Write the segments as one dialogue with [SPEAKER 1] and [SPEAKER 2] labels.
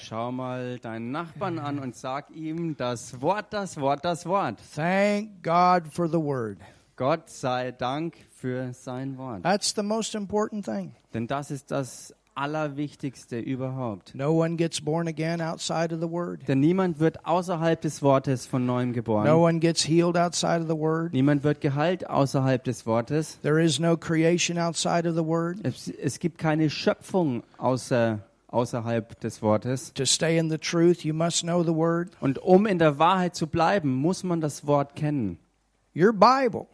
[SPEAKER 1] Schau mal deinen Nachbarn an und sag ihm das Wort, das Wort, das Wort.
[SPEAKER 2] Thank God for the Word.
[SPEAKER 1] Gott sei Dank für sein Wort.
[SPEAKER 2] That's the most important thing.
[SPEAKER 1] Denn das ist das Allerwichtigste überhaupt.
[SPEAKER 2] No one gets born again outside of the Word.
[SPEAKER 1] Denn niemand wird außerhalb des Wortes von neuem geboren.
[SPEAKER 2] No one gets healed outside of the Word.
[SPEAKER 1] Niemand wird geheilt außerhalb des Wortes.
[SPEAKER 2] There is no creation outside of the Word.
[SPEAKER 1] Es, es gibt keine Schöpfung außer, außerhalb des Wortes.
[SPEAKER 2] To stay in the truth, you must know the Word.
[SPEAKER 1] Und um in der Wahrheit zu bleiben, muss man das Wort kennen.
[SPEAKER 2] Your Bible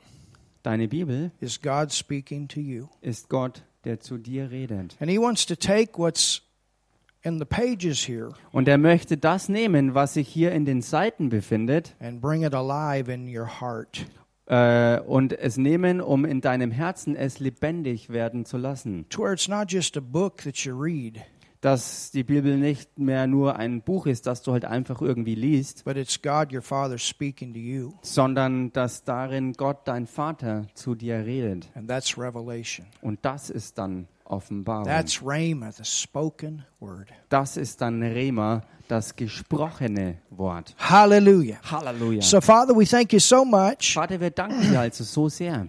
[SPEAKER 1] Deine Bibel
[SPEAKER 2] is God speaking to you.
[SPEAKER 1] ist Gott, der zu dir redet.
[SPEAKER 2] And He wants to take what's in the pages here
[SPEAKER 1] Und er möchte das nehmen, was sich hier in den Seiten befindet,
[SPEAKER 2] and bring it alive in your heart.
[SPEAKER 1] äh, und es nehmen, um in deinem Herzen es lebendig werden zu lassen.
[SPEAKER 2] To where it's not just a book that you read,
[SPEAKER 1] Dass die Bibel nicht mehr nur ein Buch ist, das du halt einfach irgendwie liest,
[SPEAKER 2] but it's God your Father speaking to you.
[SPEAKER 1] sondern dass darin Gott, dein Vater, zu dir redet.
[SPEAKER 2] And that's revelation.
[SPEAKER 1] Und das ist dann Offenbarung.
[SPEAKER 2] That's Rhema, the spoken word.
[SPEAKER 1] das ist dann Rema, das gesprochene Wort.
[SPEAKER 2] Hallelujah.
[SPEAKER 1] Halleluja.
[SPEAKER 2] So, Father, we thank you so much
[SPEAKER 1] Vater, wir danken dir also so sehr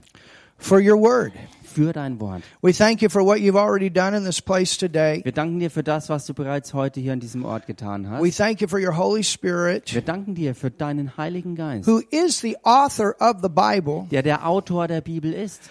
[SPEAKER 2] for your word.
[SPEAKER 1] für dein Wort.
[SPEAKER 2] We thank you for what you've already done in this place today.
[SPEAKER 1] Wir danken dir für das, was du bereits heute hier an diesem Ort getan hast.
[SPEAKER 2] We thank you for your Holy
[SPEAKER 1] Wir
[SPEAKER 2] Spirit,
[SPEAKER 1] danken dir für deinen Heiligen Geist,
[SPEAKER 2] who is the author of the Bible,
[SPEAKER 1] der der Autor der Bibel ist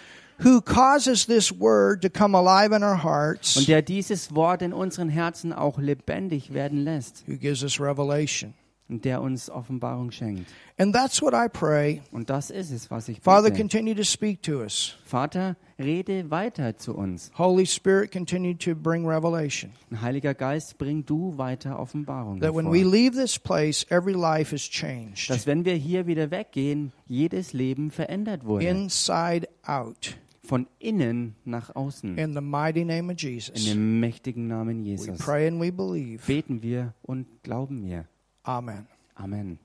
[SPEAKER 2] who causes this word to come alive in our
[SPEAKER 1] und
[SPEAKER 2] hearts,
[SPEAKER 1] der dieses Wort in unseren Herzen auch lebendig werden lässt
[SPEAKER 2] who gives us revelation.
[SPEAKER 1] und der uns Offenbarung schenkt.
[SPEAKER 2] And that's what I pray.
[SPEAKER 1] Und das ist es, was ich
[SPEAKER 2] Father,
[SPEAKER 1] bitte.
[SPEAKER 2] continue to speak to us.
[SPEAKER 1] Vater, rede weiter zu uns.
[SPEAKER 2] Holy Spirit, continue to bring revelation.
[SPEAKER 1] Und Heiliger Geist, bring du weiter Offenbarung
[SPEAKER 2] That when
[SPEAKER 1] hervor.
[SPEAKER 2] we leave this place, every life is changed.
[SPEAKER 1] dass wenn wir hier wieder weggehen, jedes Leben verändert wurde.
[SPEAKER 2] inside out
[SPEAKER 1] Von innen nach außen.
[SPEAKER 2] in the mighty name of
[SPEAKER 1] Mm. In
[SPEAKER 2] Jesus.
[SPEAKER 1] dem mächtigen Namen
[SPEAKER 2] We
[SPEAKER 1] Jesus.
[SPEAKER 2] pray and we believe.
[SPEAKER 1] Beten wir und glauben wir.
[SPEAKER 2] Amen.
[SPEAKER 1] Amen.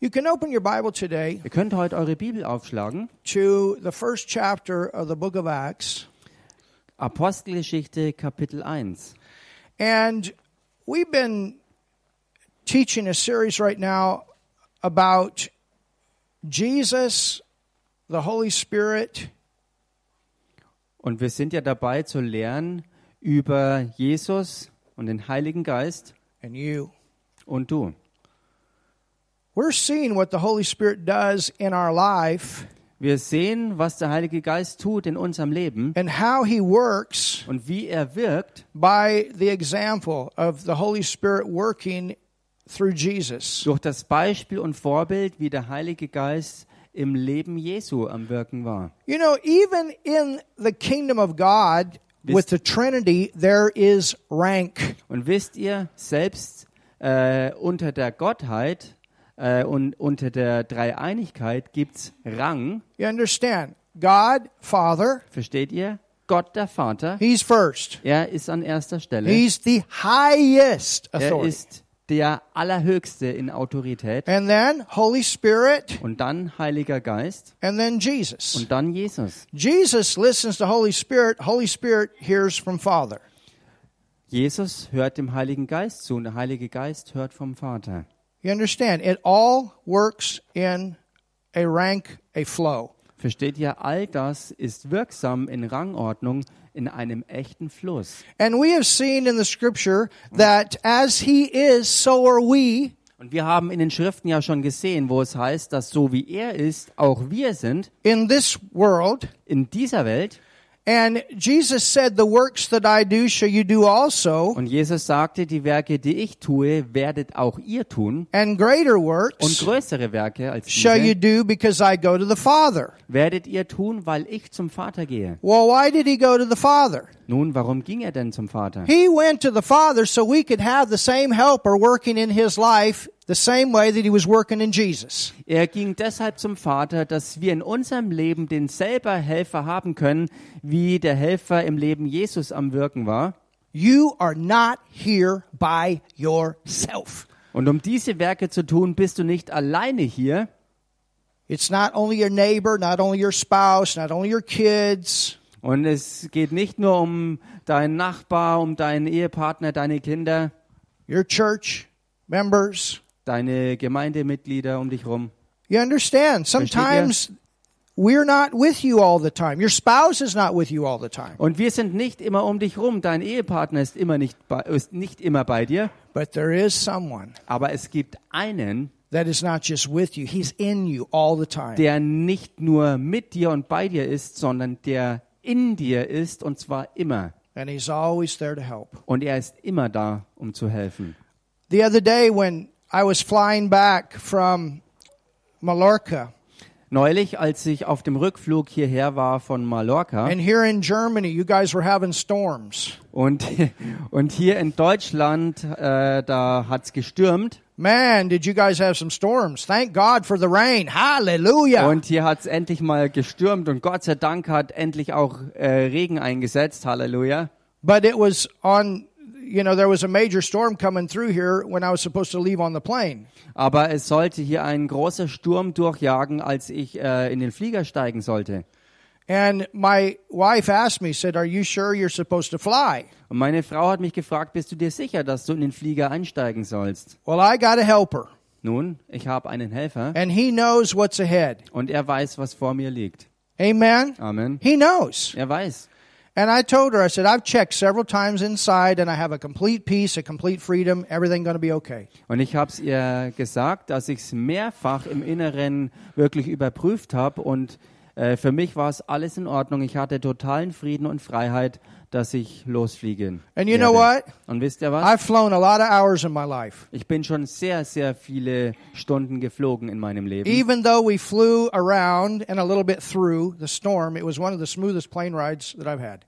[SPEAKER 2] You can open your Bible today
[SPEAKER 1] Ihr könnt heute eure Bibel aufschlagen.
[SPEAKER 2] to the first chapter of the book of Acts.
[SPEAKER 1] Apostelgeschichte Kapitel 1.
[SPEAKER 2] And we've been teaching a series right now about Jesus, the Holy Spirit,
[SPEAKER 1] Und wir sind ja dabei zu lernen über Jesus und den Heiligen Geist
[SPEAKER 2] and you.
[SPEAKER 1] und du.
[SPEAKER 2] We're seeing what the Holy Spirit does in our life
[SPEAKER 1] Wir sehen, was der Heilige Geist tut in unserem Leben
[SPEAKER 2] and how he works
[SPEAKER 1] und wie er wirkt
[SPEAKER 2] by the example of the Holy Spirit working through Jesus.
[SPEAKER 1] durch das Beispiel und Vorbild, wie der Heilige Geist im Leben Jesu am Wirken war.
[SPEAKER 2] You know, even in the kingdom of God,
[SPEAKER 1] This-
[SPEAKER 2] with the Trinity, there is rank.
[SPEAKER 1] Und wisst ihr, selbst äh, unter der Gottheit äh, und unter der Dreieinigkeit gibt's Rang,
[SPEAKER 2] You understand? God, Father,
[SPEAKER 1] versteht ihr? Gott der Vater,
[SPEAKER 2] He's first.
[SPEAKER 1] er ist an erster Stelle.
[SPEAKER 2] He's the highest
[SPEAKER 1] Er
[SPEAKER 2] authority.
[SPEAKER 1] ist der Allerhöchste in Autorität.
[SPEAKER 2] And then Holy Spirit,
[SPEAKER 1] Und dann Heiliger Geist
[SPEAKER 2] and then Jesus.
[SPEAKER 1] und dann Jesus.
[SPEAKER 2] Jesus listens to Holy Spirit. Holy Spirit hears from Father.
[SPEAKER 1] Jesus hört dem Heiligen Geist zu und der Heilige Geist hört vom Vater.
[SPEAKER 2] You understand? It all works in a rank, a flow.
[SPEAKER 1] Versteht ihr, all das ist wirksam in Rangordnung in einem echten Fluss.
[SPEAKER 2] And we have seen in the scripture that as he is, so are we.
[SPEAKER 1] Und wir haben in den Schriften ja schon gesehen, wo es heißt, dass so wie er ist, auch wir sind
[SPEAKER 2] in this world.
[SPEAKER 1] in dieser Welt.
[SPEAKER 2] And Jesus said, The works that I do shall you do also,
[SPEAKER 1] Und Jesus sagte, die Werke, die ich tue, werdet auch ihr tun.
[SPEAKER 2] and greater
[SPEAKER 1] Und
[SPEAKER 2] works
[SPEAKER 1] größere Werke als
[SPEAKER 2] shall you
[SPEAKER 1] diese
[SPEAKER 2] do because I go to the Father.
[SPEAKER 1] werdet ihr tun, weil ich zum Vater gehe.
[SPEAKER 2] Well, why did he go to the Father?
[SPEAKER 1] Nun, warum ging er denn zum Vater?
[SPEAKER 2] He went to the Father so we could have the same helper working in his life the same way that he was working in Jesus.
[SPEAKER 1] Er ging deshalb zum Vater, dass wir in unserem Leben den selber Helfer haben können, wie der Helfer im Leben Jesus am Wirken war.
[SPEAKER 2] You are not here by yourself.
[SPEAKER 1] Und um diese Werke zu tun, bist du nicht alleine hier,
[SPEAKER 2] It's not only your neighbor, not only your spouse, not only your kids,
[SPEAKER 1] Und es geht nicht nur um deinen Nachbar, um deinen Ehepartner, deine Kinder,
[SPEAKER 2] your church members.
[SPEAKER 1] deine Gemeindemitglieder um dich rum.
[SPEAKER 2] You understand? Sometimes we're not with you all the time. Your spouse is not with you all the time.
[SPEAKER 1] Und wir sind nicht immer um dich rum. Dein Ehepartner ist immer nicht bei, ist nicht immer bei dir.
[SPEAKER 2] But there is someone
[SPEAKER 1] Aber es gibt einen,
[SPEAKER 2] that is not just with you, he's in you all the time.
[SPEAKER 1] der nicht nur mit dir und bei dir ist, sondern der in dir ist und zwar immer.
[SPEAKER 2] And he's always there to help.
[SPEAKER 1] Und er ist immer da, um zu helfen.
[SPEAKER 2] The other day when I was flying back from Mallorca,
[SPEAKER 1] Neulich, als ich auf dem Rückflug hierher war von Mallorca
[SPEAKER 2] and here in Germany, you guys were having storms.
[SPEAKER 1] und, und hier in Deutschland, äh, da hat's gestürmt
[SPEAKER 2] Man, did you guys have some storms? Thank God for the rain. Hallelujah.
[SPEAKER 1] und hier hat's endlich mal gestürmt und Gott sei Dank hat endlich auch äh, Regen eingesetzt, Halleluja.
[SPEAKER 2] but it was on, you know, there was a major storm coming through here when I was supposed to leave on the plane.
[SPEAKER 1] Aber es sollte hier ein großer Sturm durchjagen, als ich äh, in den Flieger steigen sollte.
[SPEAKER 2] And my wife asked me, said, Are you sure you're supposed to fly?
[SPEAKER 1] Und meine Frau hat mich gefragt, bist du dir sicher, dass du in den Flieger einsteigen sollst?
[SPEAKER 2] Well, I got a helper,
[SPEAKER 1] Nun, ich habe einen Helfer
[SPEAKER 2] and he knows what's ahead.
[SPEAKER 1] und er weiß, was vor mir liegt.
[SPEAKER 2] Amen.
[SPEAKER 1] Amen.
[SPEAKER 2] He knows.
[SPEAKER 1] Er weiß.
[SPEAKER 2] And I told her, I said, I've checked several times inside and I have a complete peace, a complete freedom, everything going to be okay.
[SPEAKER 1] Und ich habe es ihr gesagt, dass ich es mehrfach im Inneren wirklich überprüft habe und äh, für mich war es alles in Ordnung. Ich hatte totalen Frieden und Freiheit, dass ich losfliege.
[SPEAKER 2] And you know what?
[SPEAKER 1] Und wisst ihr was?
[SPEAKER 2] I've flown a lot of hours in my life.
[SPEAKER 1] Ich bin schon sehr, sehr viele Stunden geflogen in meinem Leben.
[SPEAKER 2] Even though we flew around and a little bit through the storm, it was one of the smoothest plane rides that I've had.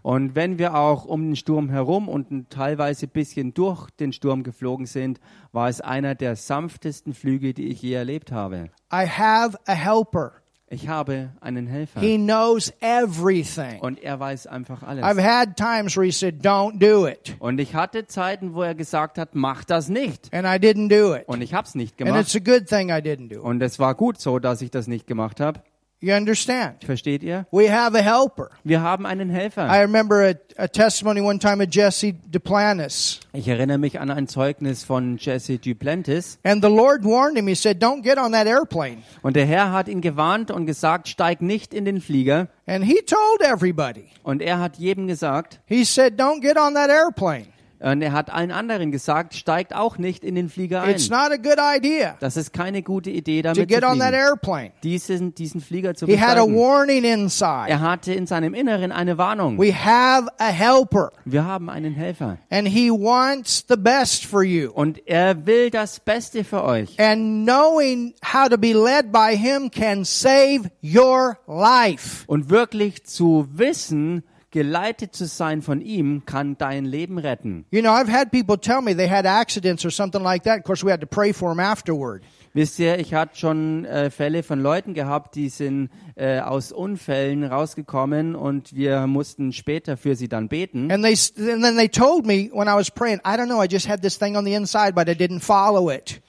[SPEAKER 1] Und wenn wir auch um den Sturm herum und ein teilweise bisschen durch den Sturm geflogen sind, war es einer der sanftesten Flüge, die ich je erlebt habe.
[SPEAKER 2] I have a helper.
[SPEAKER 1] Ich habe einen Helfer
[SPEAKER 2] He knows everything.
[SPEAKER 1] und er weiß einfach
[SPEAKER 2] I've
[SPEAKER 1] alles.
[SPEAKER 2] had times where he said, Don't do it.
[SPEAKER 1] Und ich hatte Zeiten, wo er gesagt hat, mach das nicht.
[SPEAKER 2] And I didn't do it.
[SPEAKER 1] Und ich hab's nicht
[SPEAKER 2] And
[SPEAKER 1] gemacht.
[SPEAKER 2] it's a good thing I didn't do it.
[SPEAKER 1] Und es war gut so, dass ich das nicht gemacht habe.
[SPEAKER 2] You understand?
[SPEAKER 1] Versteht ihr?
[SPEAKER 2] We have a helper.
[SPEAKER 1] Wir haben einen Helfer.
[SPEAKER 2] I remember a, a testimony one time of Jesse Duplantis.
[SPEAKER 1] Ich erinnere mich an ein Zeugnis von Jesse Duplantis.
[SPEAKER 2] And the Lord warned him. He said, Don't get on that airplane.
[SPEAKER 1] Und der Herr hat ihn gewarnt und gesagt, steig nicht in den Flieger.
[SPEAKER 2] And he told everybody.
[SPEAKER 1] Und er hat jedem gesagt,
[SPEAKER 2] He said, Don't get on that airplane.
[SPEAKER 1] und er hat allen anderen gesagt, steigt auch nicht in den Flieger ein.
[SPEAKER 2] It's not a good idea
[SPEAKER 1] Das ist keine gute Idee,
[SPEAKER 2] to
[SPEAKER 1] damit zu
[SPEAKER 2] get on that
[SPEAKER 1] fliegen.
[SPEAKER 2] airplane.
[SPEAKER 1] Diesen, diesen Flieger zu
[SPEAKER 2] He had a
[SPEAKER 1] besteigen.
[SPEAKER 2] warning inside.
[SPEAKER 1] Er hatte in seinem Inneren eine Warnung.
[SPEAKER 2] We have a helper,
[SPEAKER 1] Wir haben einen Helfer.
[SPEAKER 2] and he wants the best for you.
[SPEAKER 1] Und er will das Beste für euch.
[SPEAKER 2] And knowing how to be led by him can save your life.
[SPEAKER 1] Und wirklich zu wissen, geleitet zu sein von ihm, kann dein Leben retten.
[SPEAKER 2] You know, I've had people tell me they had accidents or something like that. Of course, we had to pray for them afterward.
[SPEAKER 1] Wisst ihr, ich hatte schon äh, Fälle von Leuten gehabt, die sind äh, aus Unfällen rausgekommen und wir mussten später für sie dann beten.
[SPEAKER 2] And they s- and then they told me when I was praying, I don't know, I just had this thing on the inside, but I didn't follow it.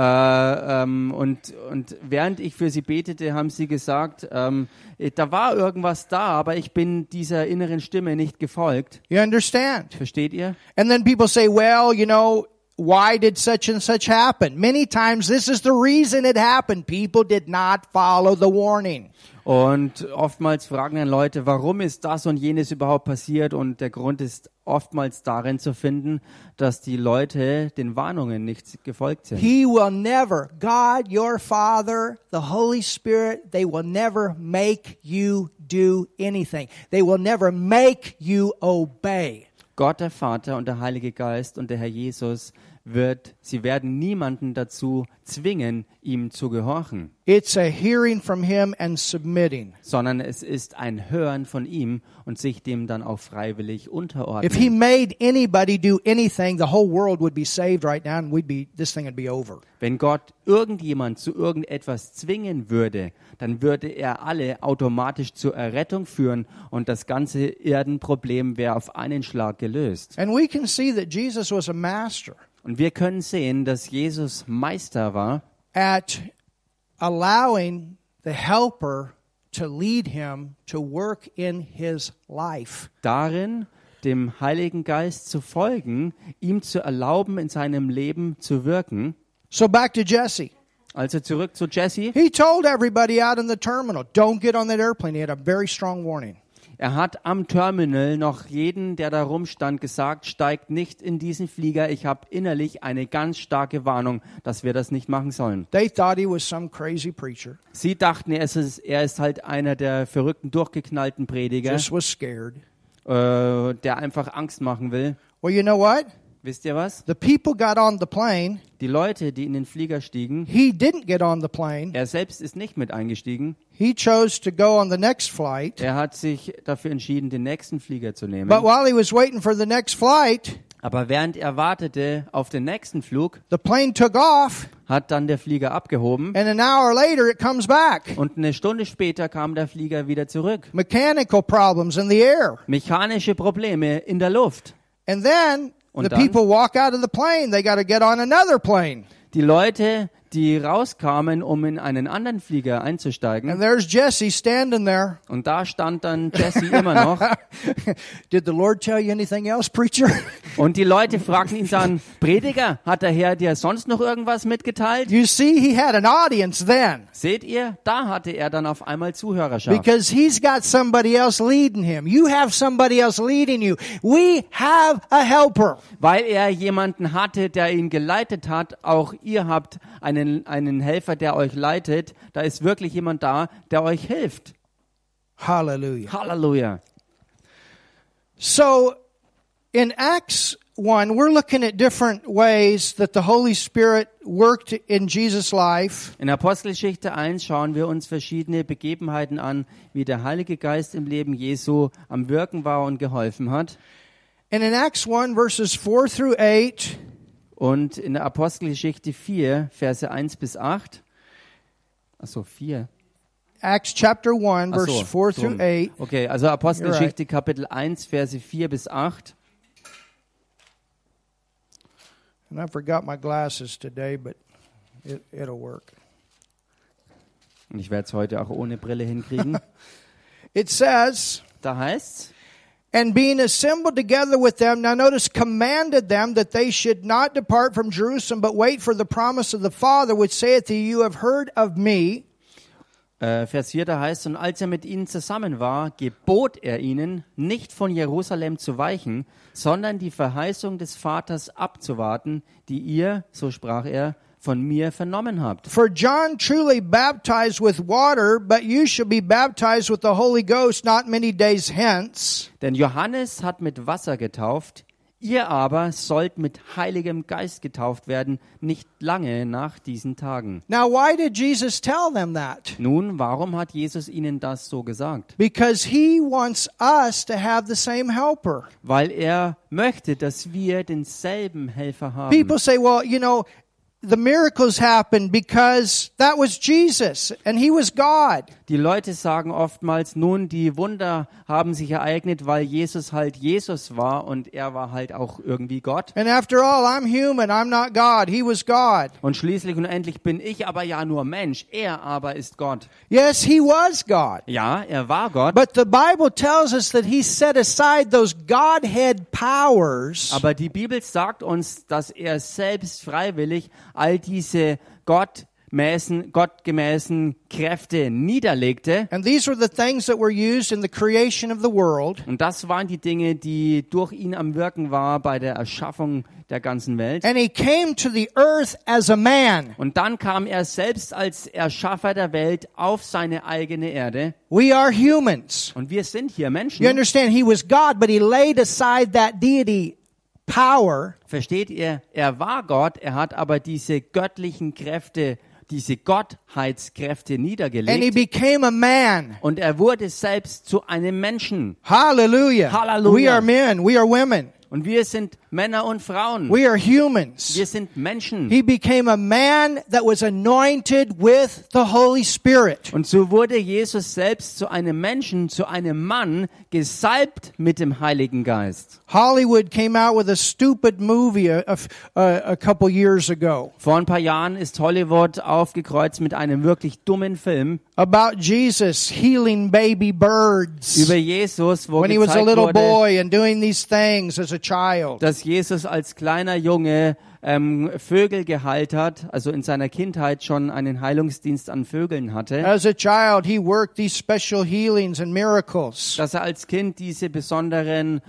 [SPEAKER 1] Äh, ähm, und, und während ich für sie betete, haben sie gesagt, ähm, äh, da war irgendwas da, aber ich bin dieser inneren Stimme nicht gefolgt.
[SPEAKER 2] You understand?
[SPEAKER 1] Versteht ihr?
[SPEAKER 2] And then people say, well, you know, why did such and such happen? Many times this is the reason it happened. People did not follow the warning.
[SPEAKER 1] Und oftmals fragen dann Leute, warum ist das und jenes überhaupt passiert? Und der Grund ist oftmals darin zu finden, dass die Leute den Warnungen nicht gefolgt sind.
[SPEAKER 2] He will never, God, your Father, the Holy Spirit, they will never make you do anything. They will never make you obey.
[SPEAKER 1] Gott der Vater und der Heilige Geist und der Herr Jesus wird, sie werden niemanden dazu zwingen, ihm zu gehorchen,
[SPEAKER 2] It's a hearing from Him and submitting.
[SPEAKER 1] sondern es ist ein Hören von ihm und sich dem dann auch freiwillig
[SPEAKER 2] If He
[SPEAKER 1] unterordnen.
[SPEAKER 2] made anybody do anything, the whole world would be saved right now and we'd be, this thing would be over.
[SPEAKER 1] Wenn Gott irgendjemand zu irgendetwas zwingen würde, dann würde er alle automatisch zur Errettung führen und das ganze Erdenproblem wäre auf einen Schlag gelöst.
[SPEAKER 2] And we can see that Jesus was a master.
[SPEAKER 1] Und wir können sehen, dass Jesus Meister war,
[SPEAKER 2] at allowing the helper to lead him to work in his life.
[SPEAKER 1] darin, dem Heiligen Geist zu folgen, ihm zu erlauben, in seinem Leben zu wirken.
[SPEAKER 2] So back to Jesse.
[SPEAKER 1] Also zurück zu Jesse.
[SPEAKER 2] He told everybody out in the terminal, don't get on that airplane. He had a very strong warning.
[SPEAKER 1] Er hat am Terminal noch jeden, der da rumstand, gesagt, steigt nicht in diesen Flieger. Ich habe innerlich eine ganz starke Warnung, dass wir das nicht machen sollen.
[SPEAKER 2] They thought he was some crazy preacher,
[SPEAKER 1] Sie dachten, er ist, er ist halt einer der verrückten, durchgeknallten Prediger,
[SPEAKER 2] just was scared.
[SPEAKER 1] äh, der einfach Angst machen will.
[SPEAKER 2] Well, you know what?
[SPEAKER 1] Wisst ihr was?
[SPEAKER 2] The people got on the plane.
[SPEAKER 1] Die Leute, die in den Flieger stiegen,
[SPEAKER 2] He didn't get on the plane.
[SPEAKER 1] er selbst ist nicht mit eingestiegen.
[SPEAKER 2] He chose to go on the next flight.
[SPEAKER 1] Er hat sich dafür entschieden, den nächsten Flieger zu nehmen.
[SPEAKER 2] But while he was waiting for the next flight,
[SPEAKER 1] Aber während er wartete auf den nächsten Flug,
[SPEAKER 2] the plane took off,
[SPEAKER 1] hat dann der Flieger abgehoben
[SPEAKER 2] and an hour later it comes back.
[SPEAKER 1] und eine Stunde später kam der Flieger wieder zurück.
[SPEAKER 2] Mechanical problems in the air.
[SPEAKER 1] Mechanische Probleme in der Luft.
[SPEAKER 2] And then
[SPEAKER 1] Und
[SPEAKER 2] the
[SPEAKER 1] dann?
[SPEAKER 2] people walk out of the plane. They got to get on another plane.
[SPEAKER 1] Die Leute, die rauskamen, um in einen anderen Flieger einzusteigen,
[SPEAKER 2] And there's Jesse standing there.
[SPEAKER 1] und da stand dann Jesse immer noch.
[SPEAKER 2] Did the Lord tell you anything else, preacher?
[SPEAKER 1] Und die Leute fragten ihn dann, Prediger, hat der Herr dir sonst noch irgendwas mitgeteilt?
[SPEAKER 2] you see, he had an audience then
[SPEAKER 1] Seht ihr, da hatte er dann auf einmal Zuhörerschaft.
[SPEAKER 2] because he's got somebody else leading him. You have somebody else leading you. We have a helper.
[SPEAKER 1] Weil er jemanden hatte, der ihn geleitet hat, auch ihr habt einen, einen Helfer, der euch leitet. Da ist wirklich jemand da, der euch hilft.
[SPEAKER 2] Hallelujah.
[SPEAKER 1] Halleluja.
[SPEAKER 2] So in Acts 1, we're looking at different ways that the Holy Spirit worked in Jesus' life.
[SPEAKER 1] In Apostelgeschichte 1 schauen wir uns verschiedene Begebenheiten an, wie der Heilige Geist im Leben Jesu am Wirken war und geholfen hat.
[SPEAKER 2] And in Acts 1, verses 4 through 8,
[SPEAKER 1] Und in der Apostelgeschichte 4, Verse 1 bis 8, achso, 4.
[SPEAKER 2] Acts chapter 1,
[SPEAKER 1] Ach
[SPEAKER 2] verse
[SPEAKER 1] so,
[SPEAKER 2] 4
[SPEAKER 1] drum.
[SPEAKER 2] through 8.
[SPEAKER 1] Okay, also Apostelgeschichte Kapitel 1, Verse 4 bis 8.
[SPEAKER 2] And I forgot my glasses today, but it, it'll work.
[SPEAKER 1] Und ich werde es heute auch ohne Brille hinkriegen.
[SPEAKER 2] It says,
[SPEAKER 1] Da heißt's,
[SPEAKER 2] And being assembled together with them, now notice, commanded them that they should not depart from Jerusalem, but wait for the promise of the Father, which saith he, You have heard of me.
[SPEAKER 1] äh, Vers 4, da heißt, und als er mit ihnen zusammen war, gebot er ihnen, nicht von Jerusalem zu weichen, sondern die Verheißung des Vaters abzuwarten, die ihr, so sprach er, von mir vernommen habt.
[SPEAKER 2] For John truly baptized with water, but you shall be baptized with the Holy Ghost not many days hence.
[SPEAKER 1] Denn Johannes hat mit Wasser getauft, ihr aber sollt mit heiligem Geist getauft werden, nicht lange nach diesen Tagen.
[SPEAKER 2] Now, why did Jesus tell them that?
[SPEAKER 1] Nun, warum hat Jesus ihnen das so gesagt?
[SPEAKER 2] Because he wants us to have the same helper.
[SPEAKER 1] Weil er möchte, dass wir denselben Helfer haben.
[SPEAKER 2] People say, well, you know, the miracles happened because that was Jesus and he was God.
[SPEAKER 1] Die Leute sagen oftmals, nun, die Wunder haben sich ereignet, weil Jesus halt Jesus war und er war halt auch irgendwie Gott.
[SPEAKER 2] And after all, I'm human. I'm not God. He was God.
[SPEAKER 1] Und schließlich und endlich bin ich aber ja nur Mensch, er aber ist Gott.
[SPEAKER 2] Yes, he was God.
[SPEAKER 1] Ja, er war Gott,
[SPEAKER 2] But the Bible tells us that he set aside those Godhead powers
[SPEAKER 1] aber die Bibel sagt uns, dass er selbst freiwillig all diese gottmäßen, gottgemäßen Kräfte niederlegte.
[SPEAKER 2] And these were the things that were used in the creation of the world.
[SPEAKER 1] Und das waren die Dinge, die durch ihn am Wirken war bei der Erschaffung der ganzen Welt.
[SPEAKER 2] And he came to the earth as a man.
[SPEAKER 1] Und dann kam er selbst als Erschaffer der Welt auf seine eigene Erde.
[SPEAKER 2] We are humans.
[SPEAKER 1] Und wir sind hier
[SPEAKER 2] You
[SPEAKER 1] Menschen.
[SPEAKER 2] understand, he was God, but he laid aside that deity power
[SPEAKER 1] Versteht ihr? Er war Gott, er hat aber diese göttlichen Kräfte, diese Gottheitskräfte
[SPEAKER 2] and he
[SPEAKER 1] niedergelegt.
[SPEAKER 2] became a man.
[SPEAKER 1] Und er wurde selbst zu einem Menschen.
[SPEAKER 2] Hallelujah.
[SPEAKER 1] Hallelujah.
[SPEAKER 2] We are men. We are women.
[SPEAKER 1] Und wir sind Männer und Frauen.
[SPEAKER 2] We are humans.
[SPEAKER 1] Wir sind Menschen.
[SPEAKER 2] He became a man that was anointed with the Holy Spirit.
[SPEAKER 1] Und so wurde Jesus selbst zu einem Menschen, zu einem Mann, gesalbt mit dem Heiligen Geist.
[SPEAKER 2] Hollywood came out with a stupid movie a, a, a couple years ago
[SPEAKER 1] Vor ein paar Jahren ist Hollywood aufgekreuzt mit einem wirklich dummen Film
[SPEAKER 2] about Jesus healing baby birds
[SPEAKER 1] über Jesus, wo
[SPEAKER 2] when he was a
[SPEAKER 1] gezeigt
[SPEAKER 2] little
[SPEAKER 1] wurde,
[SPEAKER 2] boy and doing these things as a child.
[SPEAKER 1] dass Jesus als kleiner Junge ähm, Vögel geheilt hat, also in seiner Kindheit schon einen Heilungsdienst an Vögeln hatte,
[SPEAKER 2] As a child, he worked these special healings and miracles.
[SPEAKER 1] dass er als Kind diese besonderen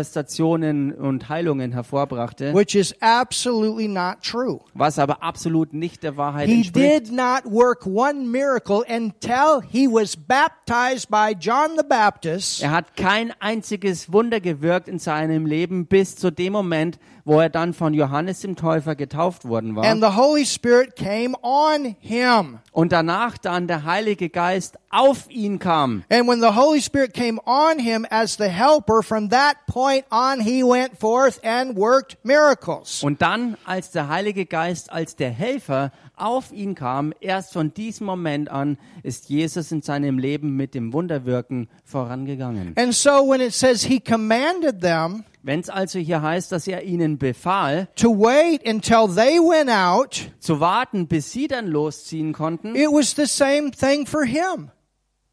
[SPEAKER 1] Manifestationen und Heilungen hervorbrachte,
[SPEAKER 2] which is absolutely not true.
[SPEAKER 1] was aber absolut nicht der Wahrheit
[SPEAKER 2] He
[SPEAKER 1] entspricht.
[SPEAKER 2] did not work one miracle until he was baptized by John the Baptist
[SPEAKER 1] Er hat kein einziges Wunder gewirkt in seinem Leben bis zu dem Moment, wo er dann von Johannes dem Täufer getauft worden war
[SPEAKER 2] and the Holy Spirit came on him.
[SPEAKER 1] und danach dann der Heilige Geist auf ihn kam.
[SPEAKER 2] And when the Holy Spirit came on him as the helper, from that point on he went forth and worked miracles.
[SPEAKER 1] Und dann, als der Heilige Geist, als der Helfer auf ihn kam, erst von diesem Moment an ist Jesus in seinem Leben mit dem Wunderwirken vorangegangen.
[SPEAKER 2] And so when it says he commanded them
[SPEAKER 1] Wenn es also hier heißt, dass er ihnen befahl,
[SPEAKER 2] to wait until they went out,
[SPEAKER 1] zu warten, bis sie dann losziehen konnten,
[SPEAKER 2] it was the same thing for him.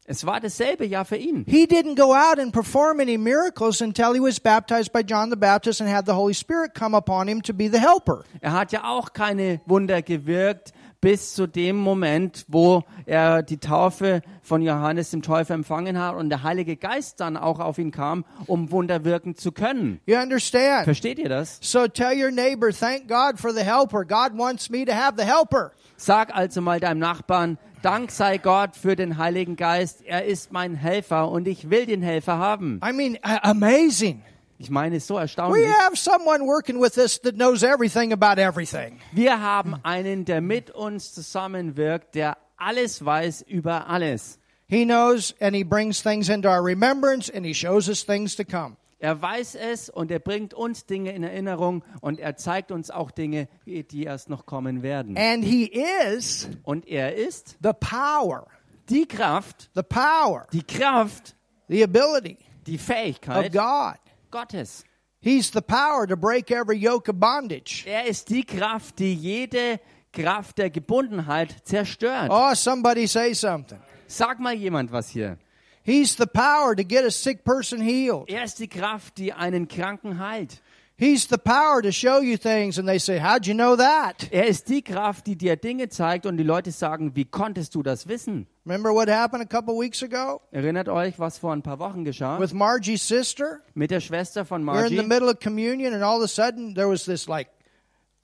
[SPEAKER 1] es war dasselbe ja für ihn.
[SPEAKER 2] He didn't go out and perform any miracles until he was baptized by John the Baptist and had the Holy Spirit come upon him to be the helper.
[SPEAKER 1] Er hat ja auch keine Wunder gewirkt bis zu dem Moment, wo er die Taufe von Johannes dem Täufer empfangen hat und der Heilige Geist dann auch auf ihn kam, um Wunder wirken zu können.
[SPEAKER 2] You understand?
[SPEAKER 1] Versteht ihr das?
[SPEAKER 2] So tell your neighbor, thank God for the helper. God wants me to have the helper.
[SPEAKER 1] Sag also mal deinem Nachbarn, Dank sei Gott für den Heiligen Geist, er ist mein Helfer und ich will den Helfer haben.
[SPEAKER 2] I mean, a- amazing.
[SPEAKER 1] Ich meine, es ist so
[SPEAKER 2] We
[SPEAKER 1] erstaunlich.
[SPEAKER 2] have someone working with us that knows everything about everything.
[SPEAKER 1] Wir haben einen, der mit uns zusammenwirkt, der alles weiß über alles.
[SPEAKER 2] He knows and he brings things into our remembrance and he shows us things to come.
[SPEAKER 1] Er weiß es und er bringt uns Dinge in Erinnerung und er zeigt uns auch Dinge, die erst noch kommen werden.
[SPEAKER 2] And he is
[SPEAKER 1] Und er ist
[SPEAKER 2] the power,
[SPEAKER 1] die Kraft,
[SPEAKER 2] the power,
[SPEAKER 1] die Kraft,
[SPEAKER 2] the ability
[SPEAKER 1] die
[SPEAKER 2] of
[SPEAKER 1] Fähigkeit
[SPEAKER 2] God.
[SPEAKER 1] Gottes.
[SPEAKER 2] He's the power to break every yoke of bondage.
[SPEAKER 1] Er ist die Kraft, die jede Kraft der Gebundenheit zerstört.
[SPEAKER 2] Oh, somebody say something.
[SPEAKER 1] Sag mal jemand was hier.
[SPEAKER 2] He's the power to get a sick person healed.
[SPEAKER 1] Er ist die Kraft, die einen Kranken heilt.
[SPEAKER 2] He's the power to show you things and they say, How'd you know that?
[SPEAKER 1] Er ist die Kraft, die dir Dinge zeigt und die Leute sagen, wie konntest du das wissen?
[SPEAKER 2] Remember what happened a couple weeks ago
[SPEAKER 1] Erinnert euch, was vor ein paar Wochen geschah
[SPEAKER 2] with Margie's sister?
[SPEAKER 1] mit der Schwester von
[SPEAKER 2] We're in the
[SPEAKER 1] Margie?
[SPEAKER 2] middle of communion and all of a sudden there was this like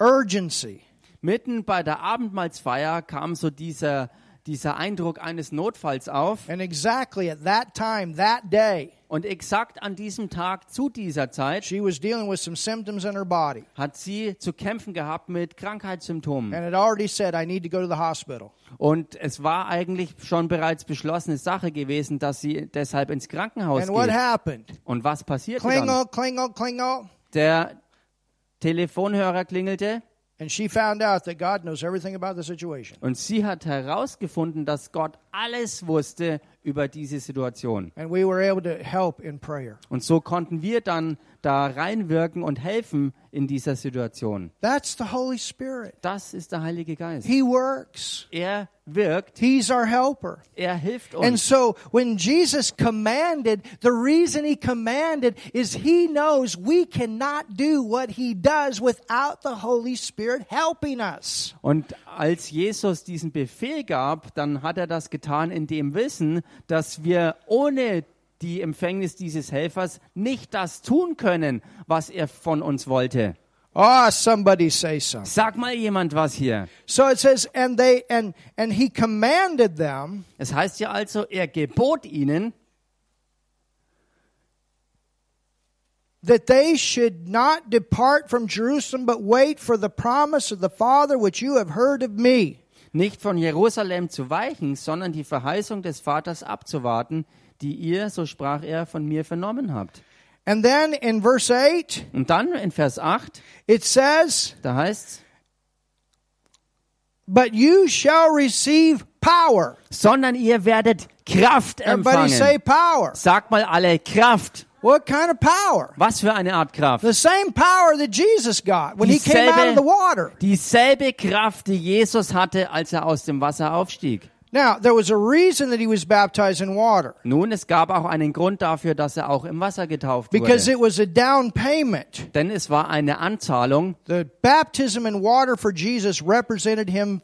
[SPEAKER 2] urgency.
[SPEAKER 1] Mitten bei der Abendmahlsfeier kam so dieser, dieser Eindruck eines Notfalls auf.
[SPEAKER 2] And exactly at that time, that day,
[SPEAKER 1] Und exakt an diesem Tag zu dieser Zeit
[SPEAKER 2] she was dealing with some symptoms in her body.
[SPEAKER 1] hat sie zu kämpfen gehabt mit Krankheitssymptomen.
[SPEAKER 2] And it already said, I need to go to the hospital.
[SPEAKER 1] Und es war eigentlich schon bereits beschlossene Sache gewesen, dass sie deshalb ins Krankenhaus
[SPEAKER 2] And what
[SPEAKER 1] geht.
[SPEAKER 2] happened?
[SPEAKER 1] Und was passierte dann?
[SPEAKER 2] Klingle, klingle, klingle.
[SPEAKER 1] Der Telefonhörer klingelte
[SPEAKER 2] And she found out that God knows everything about the situation.
[SPEAKER 1] und sie hat herausgefunden, dass Gott alles wusste über diese Situation.
[SPEAKER 2] And we were able to help in prayer.
[SPEAKER 1] Und so konnten wir dann da reinwirken und helfen in dieser Situation.
[SPEAKER 2] That's the Holy Spirit.
[SPEAKER 1] Das ist der Heilige Geist.
[SPEAKER 2] He works,
[SPEAKER 1] Er wirkt,
[SPEAKER 2] He's our helper.
[SPEAKER 1] er hilft
[SPEAKER 2] And
[SPEAKER 1] uns.
[SPEAKER 2] so when Jesus commanded, the reason He commanded is He knows we cannot do what He does without the Holy Spirit helping us.
[SPEAKER 1] Und als Jesus diesen Befehl gab, dann hat er das getan in dem Wissen, dass wir ohne die Empfängnis dieses Helfers nicht das tun können, was er von uns wollte.
[SPEAKER 2] Ah, somebody say something.
[SPEAKER 1] Sag mal jemand was hier.
[SPEAKER 2] So it says, and they and and he commanded them
[SPEAKER 1] Es heißt ja also, er gebot ihnen,
[SPEAKER 2] that they should not depart from Jerusalem, but wait for the promise of the Father which you have heard of me.
[SPEAKER 1] nicht von Jerusalem zu weichen, sondern die Verheißung des Vaters abzuwarten, die ihr, so sprach er, von mir vernommen habt.
[SPEAKER 2] And then in verse 8,
[SPEAKER 1] Und dann in Vers 8,
[SPEAKER 2] it says,
[SPEAKER 1] da heißt
[SPEAKER 2] But you shall receive power.
[SPEAKER 1] sondern ihr werdet Kraft
[SPEAKER 2] Everybody say
[SPEAKER 1] empfangen.
[SPEAKER 2] power.
[SPEAKER 1] Sagt mal alle Kraft.
[SPEAKER 2] What kind of power?
[SPEAKER 1] Was für eine Art Kraft?
[SPEAKER 2] The same power that Jesus got when he came out of the water.
[SPEAKER 1] dieselbe Kraft, die Jesus hatte, als er aus dem Wasser aufstieg.
[SPEAKER 2] Now, there was a reason that he was baptized in water
[SPEAKER 1] Nun, es gab auch einen Grund dafür, dass er auch im Wasser getauft
[SPEAKER 2] because
[SPEAKER 1] wurde.
[SPEAKER 2] it was a down payment.
[SPEAKER 1] Denn es war eine Anzahlung.
[SPEAKER 2] The baptism in water for Jesus represented him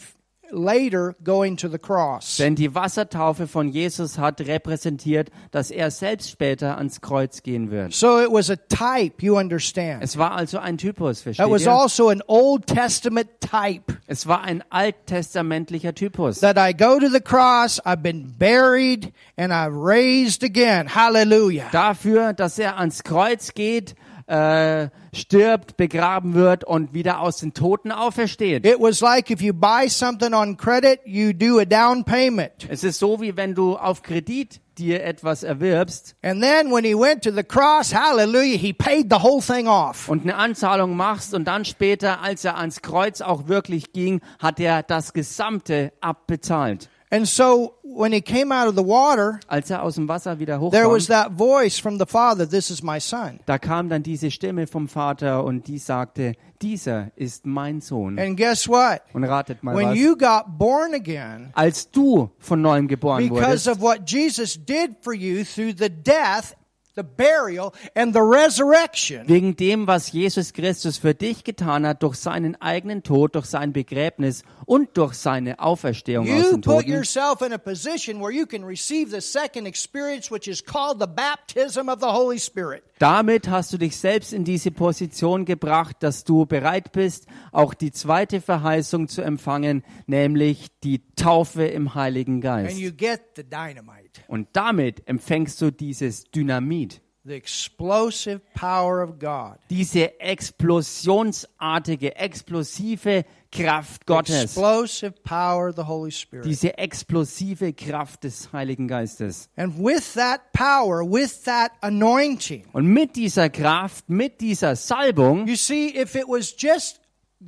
[SPEAKER 2] later going to the cross.
[SPEAKER 1] Denn die Wassertaufe von Jesus hat repräsentiert, dass er selbst später ans Kreuz gehen wird.
[SPEAKER 2] So it was a type, you understand.
[SPEAKER 1] Es war also ein Typus, versteht
[SPEAKER 2] That was
[SPEAKER 1] ihr?
[SPEAKER 2] also an Old Testament type
[SPEAKER 1] Es war ein alttestamentlicher Typus.
[SPEAKER 2] that I go to the cross, I've been buried, and I'm raised again. Hallelujah.
[SPEAKER 1] Dafür, dass er ans Kreuz geht, äh, stirbt, begraben wird und wieder aus den Toten aufersteht.
[SPEAKER 2] It was like if you buy something on credit, you do a down payment.
[SPEAKER 1] Es ist so, wie wenn du auf Kredit dir etwas erwirbst
[SPEAKER 2] And then when he went to the cross, hallelujah, he paid the whole thing off.
[SPEAKER 1] und eine Anzahlung machst und dann später, als er ans Kreuz auch wirklich ging, hat er das Gesamte abbezahlt.
[SPEAKER 2] And so when he came out of the water,
[SPEAKER 1] Als er aus dem Wasser wieder
[SPEAKER 2] there
[SPEAKER 1] hochkam,
[SPEAKER 2] was that voice from the Father, This is my son.
[SPEAKER 1] da kam dann diese Stimme vom Vater und die sagte, dieser ist mein Sohn.
[SPEAKER 2] And guess what?
[SPEAKER 1] Und ratet mal
[SPEAKER 2] When
[SPEAKER 1] was.
[SPEAKER 2] you got born again,
[SPEAKER 1] Als du von neuem geboren
[SPEAKER 2] because
[SPEAKER 1] wurdest,
[SPEAKER 2] of what Jesus did for you through the death, the burial, and the resurrection,
[SPEAKER 1] wegen dem, was Jesus Christus für dich getan hat, durch seinen eigenen Tod, durch sein Begräbnis und durch seine Auferstehung aus
[SPEAKER 2] you
[SPEAKER 1] den
[SPEAKER 2] put
[SPEAKER 1] Toten,
[SPEAKER 2] yourself in a position where you can receive the second experience, which is called the baptism of the Holy Spirit.
[SPEAKER 1] Damit hast du dich selbst in diese Position gebracht, dass du bereit bist, auch die zweite Verheißung zu empfangen, nämlich die Taufe im Heiligen
[SPEAKER 2] And
[SPEAKER 1] Geist.
[SPEAKER 2] you get the dynamite,
[SPEAKER 1] Und damit empfängst du dieses Dynamit,
[SPEAKER 2] the explosive power of God.
[SPEAKER 1] diese explosionsartige, explosive Kraft Gottes,
[SPEAKER 2] Explosive power of the Holy Spirit.
[SPEAKER 1] diese explosive Kraft des Heiligen Geistes.
[SPEAKER 2] And with that power, with that anointing,
[SPEAKER 1] Und mit dieser Kraft, mit dieser Salbung,
[SPEAKER 2] you see, if it was just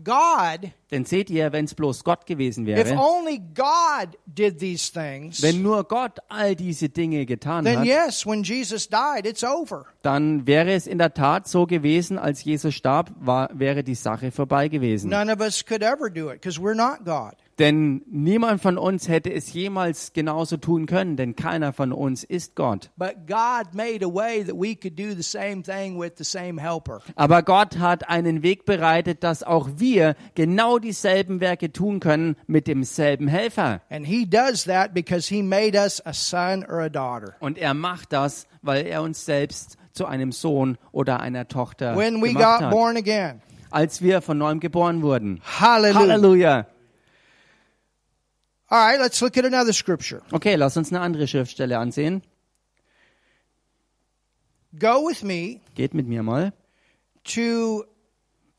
[SPEAKER 2] God,
[SPEAKER 1] denn seht ihr, wenn es bloß Gott gewesen
[SPEAKER 2] if
[SPEAKER 1] wäre,
[SPEAKER 2] only God did these things,
[SPEAKER 1] wenn nur Gott all diese Dinge getan
[SPEAKER 2] then
[SPEAKER 1] hat,
[SPEAKER 2] yes, when Jesus died, it's over.
[SPEAKER 1] dann wäre es in der Tat so gewesen, als Jesus starb, war, wäre die Sache vorbei gewesen.
[SPEAKER 2] None of us could ever do it because we're not God.
[SPEAKER 1] Denn niemand von uns hätte es jemals genauso tun können, denn keiner von uns ist Gott.
[SPEAKER 2] But God made a way that we could do the same thing with the same helper.
[SPEAKER 1] Aber Gott hat einen Weg bereitet, dass auch wir genau dieselben Werke tun können mit demselben Helfer.
[SPEAKER 2] And He does that because He made us a son or a daughter.
[SPEAKER 1] Und er macht das, weil er uns selbst zu einem Sohn oder einer Tochter
[SPEAKER 2] When we
[SPEAKER 1] gemacht
[SPEAKER 2] got
[SPEAKER 1] hat,
[SPEAKER 2] born again.
[SPEAKER 1] als wir von neuem geboren wurden.
[SPEAKER 2] Hallelujah.
[SPEAKER 1] Halleluja.
[SPEAKER 2] All right, let's look at another scripture.
[SPEAKER 1] Okay, lass uns eine andere Schriftstelle ansehen.
[SPEAKER 2] Go with me
[SPEAKER 1] Geht mit mir mal.
[SPEAKER 2] to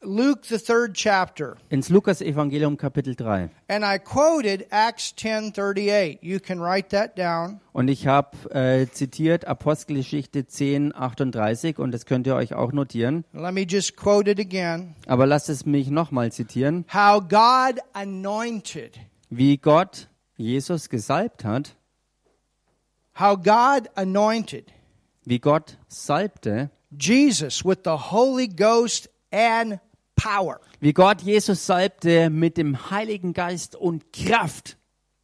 [SPEAKER 2] Luke, the third chapter.
[SPEAKER 1] Ins Lukas-Evangelium Kapitel 3.
[SPEAKER 2] And I quoted Acts 10.38. You can write that down.
[SPEAKER 1] Und ich habe äh, zitiert Apostelgeschichte 10, 38 und das könnt ihr euch auch notieren.
[SPEAKER 2] Let me just quote it again.
[SPEAKER 1] Aber lasst es mich nochmal zitieren.
[SPEAKER 2] How God anointed,
[SPEAKER 1] Wie Gott Jesus gesalbt hat,
[SPEAKER 2] how God anointed
[SPEAKER 1] wie Gott salbte,
[SPEAKER 2] Jesus with the Holy Ghost and power.
[SPEAKER 1] wie Gott Jesus salbte mit dem Heiligen Geist und Kraft.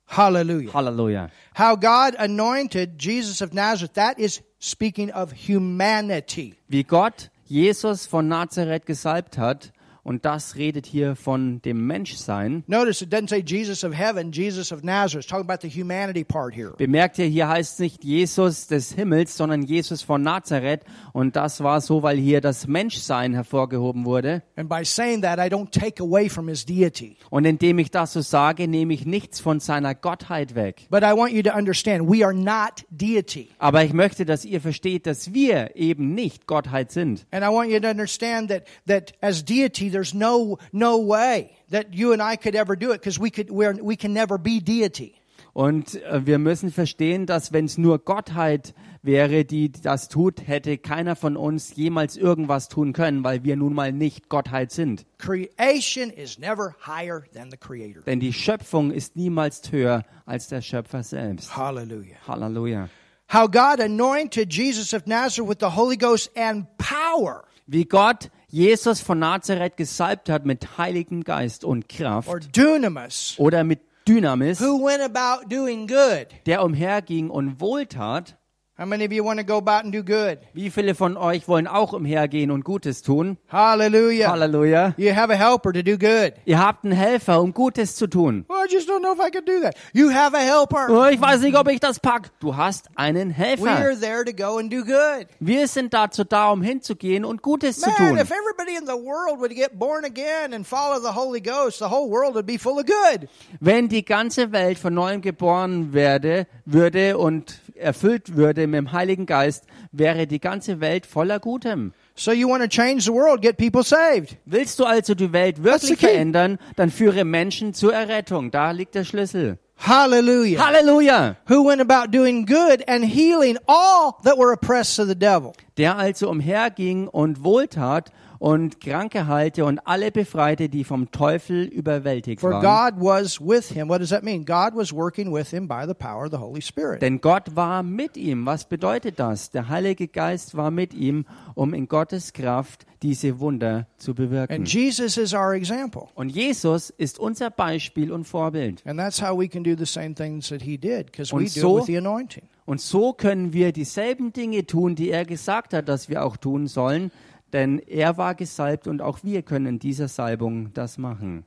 [SPEAKER 2] Hallelujah.
[SPEAKER 1] Halleluja.
[SPEAKER 2] How God anointed Jesus of Nazareth. That is speaking of humanity.
[SPEAKER 1] Wie Gott Jesus von Nazareth gesalbt hat, und das redet hier von dem Menschsein,
[SPEAKER 2] Notice it doesn't say Jesus of heaven, Jesus of Nazareth. It's talking about the humanity part here.
[SPEAKER 1] Bemerkt ihr, hier heißt es nicht Jesus des Himmels, sondern Jesus von Nazareth. Und das war so, weil hier das Menschsein hervorgehoben wurde.
[SPEAKER 2] And by saying that, I don't take away from his deity.
[SPEAKER 1] Und indem ich das so sage, nehme ich nichts von seiner Gottheit weg.
[SPEAKER 2] But I want you to understand we are not deity.
[SPEAKER 1] Aber ich möchte, dass ihr versteht, dass wir eben nicht Gottheit sind.
[SPEAKER 2] And I want you to understand that, that as deity, there's no, no way that you and I could ever do it because we, could we're, we can never be deity.
[SPEAKER 1] Und äh, wir müssen verstehen, dass wenn es nur Gottheit wäre, die das tut, hätte keiner von uns jemals irgendwas tun können, weil wir nun mal nicht Gottheit sind.
[SPEAKER 2] Creation is never higher than the Creator.
[SPEAKER 1] Denn die Schöpfung ist niemals höher als der Schöpfer selbst.
[SPEAKER 2] Hallelujah.
[SPEAKER 1] Halleluja.
[SPEAKER 2] How God anointed Jesus of Nazareth with the Holy Ghost and power,
[SPEAKER 1] Wie Gott Jesus von Nazareth gesalbt hat mit Heiligem Geist und Kraft
[SPEAKER 2] or dunamis,
[SPEAKER 1] oder mit Dynamis,
[SPEAKER 2] who went about doing good.
[SPEAKER 1] der umherging und wohltat.
[SPEAKER 2] How many of you want to go about and do good?
[SPEAKER 1] Wie viele von euch wollen auch umhergehen und Gutes tun?
[SPEAKER 2] Hallelujah.
[SPEAKER 1] Halleluja.
[SPEAKER 2] You have a helper to do good.
[SPEAKER 1] Ihr habt einen Helfer, um Gutes zu tun.
[SPEAKER 2] Well, I just don't know if I could do that. You have a helper.
[SPEAKER 1] Oh, ich weiß nicht, ob ich das pack. Du hast einen
[SPEAKER 2] We are
[SPEAKER 1] Helfer.
[SPEAKER 2] there to go and do good.
[SPEAKER 1] Wir sind dazu da, um hinzugehen und Gutes zu
[SPEAKER 2] Man,
[SPEAKER 1] tun.
[SPEAKER 2] if everybody in the world would get born again and follow the Holy Ghost, the whole world would be full of good.
[SPEAKER 1] Wenn die ganze Welt von neuem geboren werde, würde und erfüllt würde mit dem Heiligen Geist, wäre die ganze Welt voller Gutem.
[SPEAKER 2] So you want to change the world, get people saved.
[SPEAKER 1] Willst du also die Welt
[SPEAKER 2] the
[SPEAKER 1] wirklich
[SPEAKER 2] key.
[SPEAKER 1] verändern, dann führe Menschen zur Errettung. Da liegt der Schlüssel.
[SPEAKER 2] Hallelujah.
[SPEAKER 1] Halleluja!
[SPEAKER 2] Who went about doing good and healing all that were oppressed of the devil.
[SPEAKER 1] der also umherging und wohltat und Kranke heilte und alle befreite, die vom Teufel überwältigt
[SPEAKER 2] For
[SPEAKER 1] waren.
[SPEAKER 2] God was with him. What does that mean? God was working with him by the power of the Holy Spirit.
[SPEAKER 1] Denn Gott war mit ihm. Was bedeutet das? Der Heilige Geist war mit ihm, um in Gottes Kraft diese Wunder zu
[SPEAKER 2] And
[SPEAKER 1] bewirken.
[SPEAKER 2] Jesus is our example.
[SPEAKER 1] Und Jesus ist unser Beispiel und Vorbild.
[SPEAKER 2] And that's how we can do the same things that he did because we
[SPEAKER 1] Und
[SPEAKER 2] do it
[SPEAKER 1] so-
[SPEAKER 2] with the anointing.
[SPEAKER 1] Und so können wir dieselben Dinge tun, die er gesagt hat, dass wir auch tun sollen. Denn er war gesalbt und auch wir können in dieser Salbung das machen.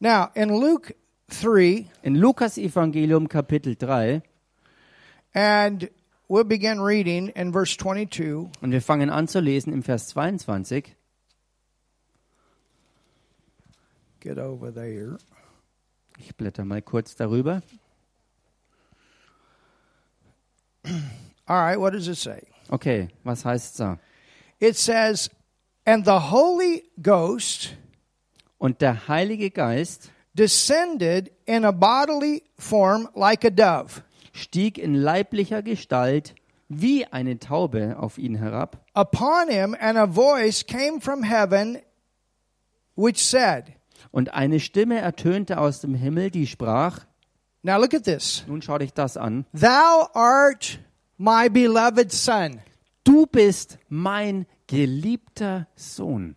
[SPEAKER 2] Now, in Luke 3,
[SPEAKER 1] In Lukas Evangelium Kapitel 3
[SPEAKER 2] and we'll begin reading in verse 22.
[SPEAKER 1] Und wir fangen an zu lesen im Vers 22.
[SPEAKER 2] Get over there.
[SPEAKER 1] Ich blätter mal kurz darüber.
[SPEAKER 2] All right, what does it say?
[SPEAKER 1] Okay, was heißt's da?
[SPEAKER 2] It says, And the Holy Ghost
[SPEAKER 1] Und der Heilige Geist
[SPEAKER 2] descended in a bodily form like a dove
[SPEAKER 1] stieg in leiblicher Gestalt wie eine Taube auf ihn herab.
[SPEAKER 2] upon him, and a voice came from heaven which said,
[SPEAKER 1] Und eine Stimme ertönte aus dem Himmel, die sprach,
[SPEAKER 2] Now look at this.
[SPEAKER 1] nun schau dich das an,
[SPEAKER 2] Thou art my beloved son.
[SPEAKER 1] du bist mein geliebter Sohn.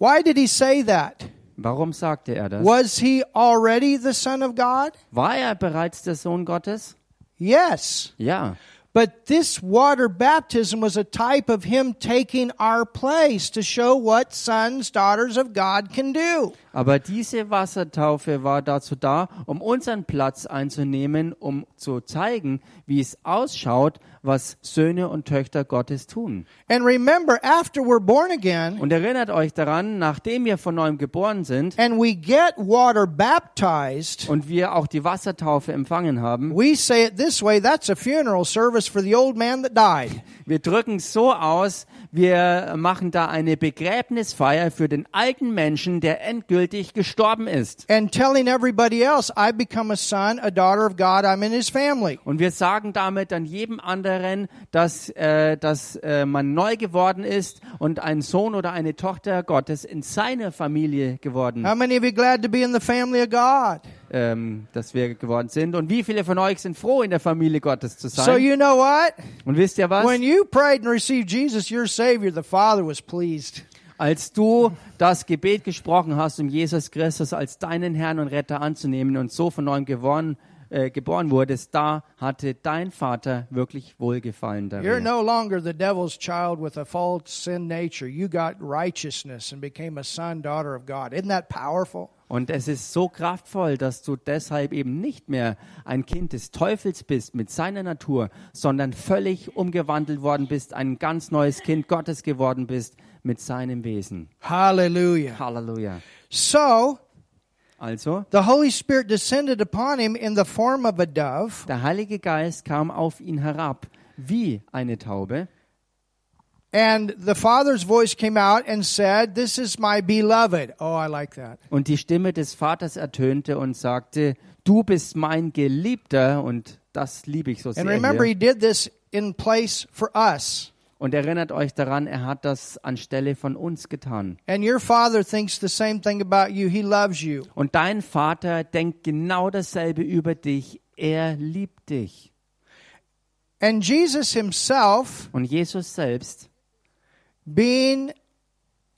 [SPEAKER 2] Why did he say that?
[SPEAKER 1] Warum sagte er das?
[SPEAKER 2] Was he already the son of God?
[SPEAKER 1] War er bereits der Sohn Gottes?
[SPEAKER 2] Yes.
[SPEAKER 1] Ja.
[SPEAKER 2] But this water baptism was a type of him taking our place to show what sons, daughters of God can do.
[SPEAKER 1] Aber diese Wassertaufe war dazu da, um unseren Platz einzunehmen, um zu zeigen, wie es ausschaut, was Söhne und Töchter Gottes tun.
[SPEAKER 2] And remember, after we're born again
[SPEAKER 1] Und erinnert euch daran, nachdem wir von neuem geboren sind
[SPEAKER 2] and we get water baptized,
[SPEAKER 1] und wir auch die Wassertaufe empfangen haben,
[SPEAKER 2] we say it this way that's a funeral service for the old man that died.
[SPEAKER 1] wir drücken so aus, wir machen da eine Begräbnisfeier für den alten Menschen, der endgültig gestorben ist.
[SPEAKER 2] And telling everybody else, I become a son, a daughter of God, I'm in his family.
[SPEAKER 1] Und wir sagen damit an jedem anderen, dass, äh, dass äh, man neu geworden ist und ein Sohn oder eine Tochter Gottes in seiner Familie geworden,
[SPEAKER 2] How many of you glad to be in the family of God?
[SPEAKER 1] ähm, dass wir geworden sind. Und wie viele von euch sind froh, in der Familie Gottes zu sein?
[SPEAKER 2] So you know what?
[SPEAKER 1] und wisst ihr was?
[SPEAKER 2] When you prayed and received Jesus, your Savior, the Father was pleased.
[SPEAKER 1] Als du das Gebet gesprochen hast, um Jesus Christus als deinen Herrn und Retter anzunehmen und so von neuem geworden, äh, geboren wurdest, da hatte dein Vater wirklich Wohlgefallen
[SPEAKER 2] You're
[SPEAKER 1] darin.
[SPEAKER 2] no longer the devil's child with a false sin nature. You got righteousness and became a son, daughter of God. Isn't that powerful?
[SPEAKER 1] Und es ist so kraftvoll, dass du deshalb eben nicht mehr ein Kind des Teufels bist mit seiner Natur, sondern völlig umgewandelt worden bist, ein ganz neues Kind Gottes geworden bist mit seinem Wesen.
[SPEAKER 2] Hallelujah.
[SPEAKER 1] Halleluja.
[SPEAKER 2] So
[SPEAKER 1] Also,
[SPEAKER 2] the Holy Spirit descended upon him in the form of a dove,
[SPEAKER 1] der Heilige Geist kam auf ihn herab wie eine Taube
[SPEAKER 2] And the Father's voice came out and said, This is my beloved. Oh, I like that.
[SPEAKER 1] Und die Stimme des Vaters ertönte und sagte, du bist mein Geliebter und das liebe ich so sehr.
[SPEAKER 2] And remember,
[SPEAKER 1] hier.
[SPEAKER 2] He did this in place for us.
[SPEAKER 1] Und erinnert euch daran, er hat das anstelle von uns getan.
[SPEAKER 2] And your Father thinks the same thing about you. He loves you.
[SPEAKER 1] Und dein Vater denkt genau dasselbe über dich. Er liebt dich.
[SPEAKER 2] And Jesus Himself,
[SPEAKER 1] Und Jesus selbst
[SPEAKER 2] being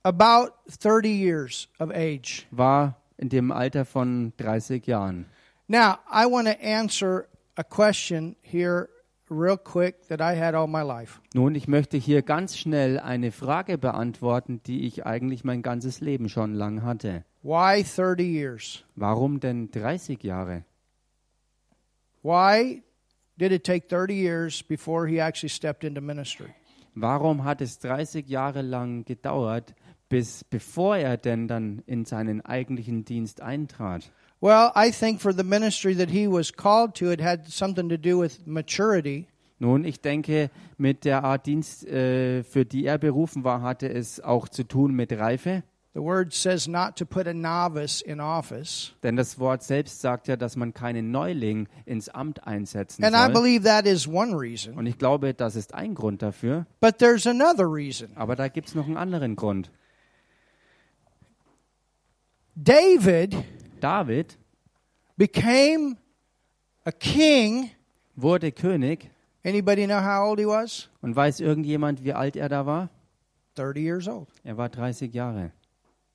[SPEAKER 2] about 30 years of age.
[SPEAKER 1] war in dem Alter von 30 Jahren.
[SPEAKER 2] Now, I want to answer a question here, real quick, that I had all my life.
[SPEAKER 1] Nun, ich möchte hier ganz schnell eine Frage beantworten, die ich eigentlich mein ganzes Leben schon lang hatte.
[SPEAKER 2] Why 30 years?
[SPEAKER 1] Warum denn 30 Jahre?
[SPEAKER 2] Why did it take 30 years before he actually stepped into ministry?
[SPEAKER 1] Warum hat es 30 Jahre lang gedauert, bis bevor er denn dann in seinen eigentlichen Dienst eintrat?
[SPEAKER 2] Well, I think for the ministry that he was called to, it had something to do with maturity.
[SPEAKER 1] Nun, ich denke, mit der Art Dienst, äh, für die er berufen war, hatte es auch zu tun mit Reife.
[SPEAKER 2] The word says not to put a novice in office.
[SPEAKER 1] Denn das Wort selbst sagt ja, dass man keinen Neuling ins Amt einsetzen
[SPEAKER 2] And I
[SPEAKER 1] soll.
[SPEAKER 2] believe that is one reason.
[SPEAKER 1] Und ich glaube, das ist ein Grund dafür.
[SPEAKER 2] But there's another reason.
[SPEAKER 1] Aber da gibt es noch einen anderen Grund.
[SPEAKER 2] David
[SPEAKER 1] David
[SPEAKER 2] became a king.
[SPEAKER 1] wurde König.
[SPEAKER 2] Anybody know how old he was?
[SPEAKER 1] Und weiß irgendjemand, wie alt er da war?
[SPEAKER 2] 30 years old.
[SPEAKER 1] Er war 30 Jahre.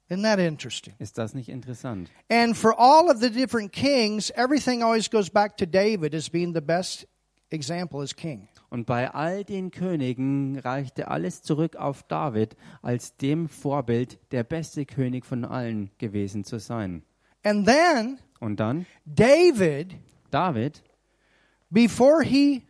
[SPEAKER 2] Isn't that interesting?
[SPEAKER 1] Ist das nicht interessant?
[SPEAKER 2] And for all of the different kings, everything always goes back to David as being the best example as king.
[SPEAKER 1] Und bei all den Königen reichte alles zurück auf David, als dem Vorbild, der beste König von allen gewesen zu sein.
[SPEAKER 2] And then
[SPEAKER 1] Und dann
[SPEAKER 2] David,
[SPEAKER 1] David,
[SPEAKER 2] before he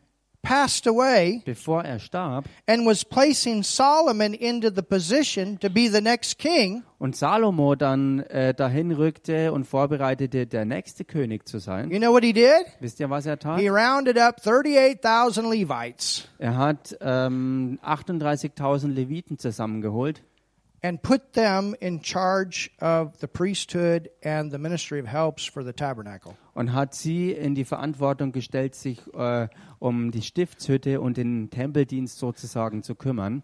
[SPEAKER 2] passed away
[SPEAKER 1] bevor er starb,
[SPEAKER 2] and was placing Solomon into the position to be the next king,
[SPEAKER 1] Und Salomo dann äh, dahin rückte und vorbereitete, der nächste König zu sein.
[SPEAKER 2] you know what he did?
[SPEAKER 1] Wisst ihr, was er tat?
[SPEAKER 2] He rounded up 38,000 Levites
[SPEAKER 1] Er hat ähm, 38.000 Leviten zusammengeholt
[SPEAKER 2] and put them in charge of the priesthood and the ministry of helps for the tabernacle.
[SPEAKER 1] und hat sie in die Verantwortung gestellt, sich äh, um die Stiftshütte und den Tempeldienst sozusagen zu kümmern.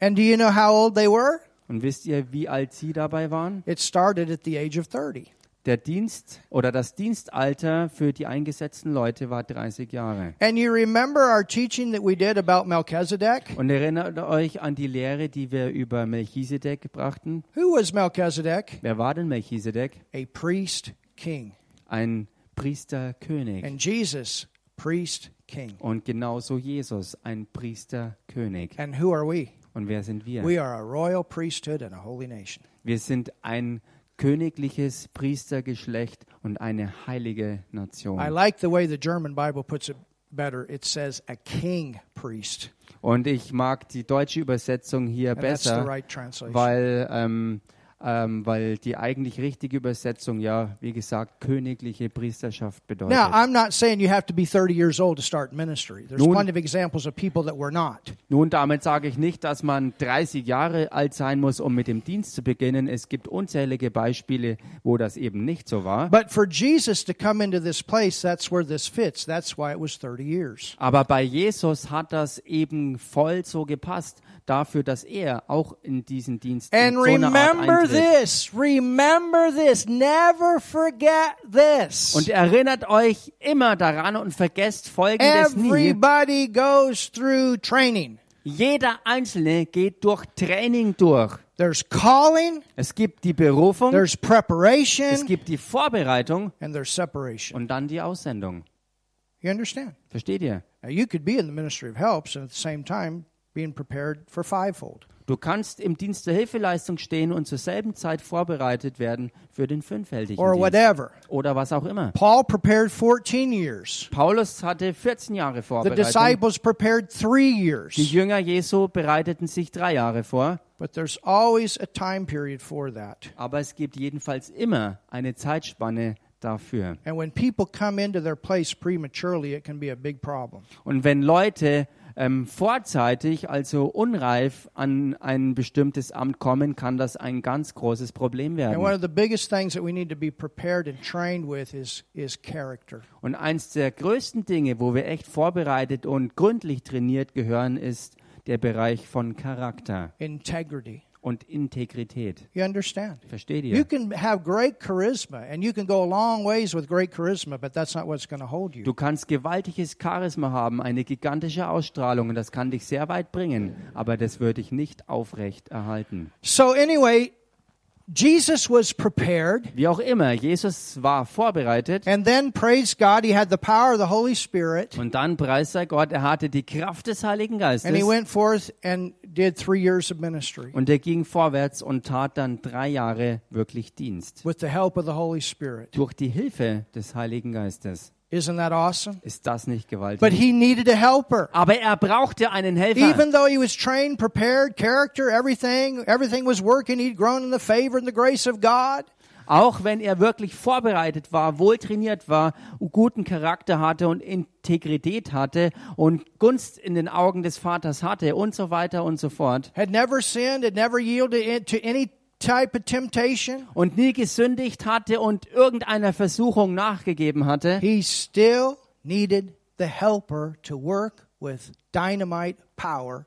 [SPEAKER 2] And do you know how old they were?
[SPEAKER 1] Und wisst ihr, wie alt sie dabei waren?
[SPEAKER 2] It started at the age of 30.
[SPEAKER 1] Der Dienst oder das Dienstalter für die eingesetzten Leute war 30 Jahre.
[SPEAKER 2] And you remember our teaching that we did about Melchizedek?
[SPEAKER 1] Und erinnert euch an die Lehre, die wir über Melchisedek brachten?
[SPEAKER 2] Who was Melchizedek?
[SPEAKER 1] Wer war denn Melchisedek?
[SPEAKER 2] A priest king.
[SPEAKER 1] ein Priesterkönig.
[SPEAKER 2] And Jesus, priest king.
[SPEAKER 1] Und genauso Jesus, ein Priesterkönig.
[SPEAKER 2] And who are we?
[SPEAKER 1] Und wer sind wir?
[SPEAKER 2] We are a royal priesthood and a holy nation.
[SPEAKER 1] Wir sind ein königliches Priestergeschlecht und eine heilige
[SPEAKER 2] I
[SPEAKER 1] Nation.
[SPEAKER 2] like the way the German Bible puts it better. It says a king priest.
[SPEAKER 1] Und ich mag die deutsche Übersetzung hier
[SPEAKER 2] And that's the
[SPEAKER 1] besser,
[SPEAKER 2] right translation.
[SPEAKER 1] weil, ähm, ähm, weil die eigentlich richtige Übersetzung ja, wie gesagt, königliche Priesterschaft
[SPEAKER 2] Now,
[SPEAKER 1] bedeutet.
[SPEAKER 2] I'm not saying you have to be 30 years old to start ministry. There's
[SPEAKER 1] Nun-
[SPEAKER 2] plenty of examples of people that were not.
[SPEAKER 1] Nun, damit sage ich nicht, dass man 30 Jahre alt sein muss, um mit dem Dienst zu beginnen. Es gibt unzählige Beispiele, wo das eben nicht so war.
[SPEAKER 2] But for Jesus to come into this place, that's where this fits. That's why it was 30 years.
[SPEAKER 1] Aber bei Jesus hat das eben voll so gepasst, dafür, dass er auch in diesen Dienst in
[SPEAKER 2] And
[SPEAKER 1] so einer Art
[SPEAKER 2] remember
[SPEAKER 1] eintritt.
[SPEAKER 2] this. Remember this. Never forget
[SPEAKER 1] Und
[SPEAKER 2] this.
[SPEAKER 1] erinnert euch immer daran und vergesst Folgendes nie.
[SPEAKER 2] Everybody goes through training.
[SPEAKER 1] Jeder Einzelne geht durch Training durch.
[SPEAKER 2] There's calling,
[SPEAKER 1] Es gibt die Berufung,
[SPEAKER 2] there's
[SPEAKER 1] es
[SPEAKER 2] preparation,
[SPEAKER 1] gibt die Vorbereitung
[SPEAKER 2] and there's separation.
[SPEAKER 1] und dann die Aussendung.
[SPEAKER 2] You understand?
[SPEAKER 1] Versteht ihr?
[SPEAKER 2] Now, you could be in the ministry of helps and at the same time being prepared for fivefold.
[SPEAKER 1] Du kannst im Dienst der Hilfeleistung stehen und zur selben Zeit vorbereitet werden für den fünffältigen
[SPEAKER 2] Or
[SPEAKER 1] Dienst.
[SPEAKER 2] whatever.
[SPEAKER 1] Oder was auch immer.
[SPEAKER 2] Paul prepared 14 years.
[SPEAKER 1] Paulus hatte 14 Jahre
[SPEAKER 2] The
[SPEAKER 1] Vorbereitung.
[SPEAKER 2] disciples prepared three
[SPEAKER 1] Die
[SPEAKER 2] years.
[SPEAKER 1] Jünger Jesu bereiteten sich drei Jahre vor,
[SPEAKER 2] But there's always a time period for that.
[SPEAKER 1] aber es gibt jedenfalls immer eine Zeitspanne dafür.
[SPEAKER 2] And when people come into their place prematurely, it can be a big problem.
[SPEAKER 1] Und wenn Leute ähm, vorzeitig, also unreif an ein bestimmtes Amt kommen, kann das ein ganz großes Problem
[SPEAKER 2] And one
[SPEAKER 1] werden.
[SPEAKER 2] of the biggest things that we need to be prepared and trained with is, is character.
[SPEAKER 1] Und eins der größten Dinge, wo wir echt vorbereitet und gründlich trainiert gehören, ist der Bereich von Charakter
[SPEAKER 2] integrity.
[SPEAKER 1] und Integrität.
[SPEAKER 2] You understand?
[SPEAKER 1] Versteht
[SPEAKER 2] You
[SPEAKER 1] ihr?
[SPEAKER 2] can have great charisma and you can go a long ways with great charisma, but that's not what's going to hold you.
[SPEAKER 1] Du kannst gewaltiges Charisma haben, eine gigantische Ausstrahlung und das kann dich sehr weit bringen, aber das würde dich nicht aufrecht erhalten.
[SPEAKER 2] So, anyway, Jesus was prepared,
[SPEAKER 1] Wie auch immer, Jesus war vorbereitet
[SPEAKER 2] and then, praise God, he had the power of the Holy Spirit,
[SPEAKER 1] und dann preis sei Gott, er hatte die Kraft des Heiligen
[SPEAKER 2] and he
[SPEAKER 1] Geistes
[SPEAKER 2] went forth and did three years of ministry
[SPEAKER 1] und er ging vorwärts und tat dann drei Jahre wirklich Dienst.
[SPEAKER 2] with the help of the Holy Spirit.
[SPEAKER 1] Durch die Hilfe des Heiligen Geistes.
[SPEAKER 2] Isn't that awesome?
[SPEAKER 1] Ist das nicht
[SPEAKER 2] But
[SPEAKER 1] gewaltig?
[SPEAKER 2] he needed a helper.
[SPEAKER 1] Aber er brauchte einen Helfer.
[SPEAKER 2] Even though he was trained, prepared, character, everything, everything was working, he'd grown in the favor and the grace of God.
[SPEAKER 1] Auch wenn er wirklich vorbereitet war, wohltrainiert war, guten Charakter hatte und Integrität hatte und Gunst in den Augen des Vaters hatte und so weiter und so fort
[SPEAKER 2] had never sinned, had never yielded in- to any type of temptation,
[SPEAKER 1] und nie gesündigt hatte und irgendeiner Versuchung nachgegeben hatte,
[SPEAKER 2] he still needed the helper to work with dynamite power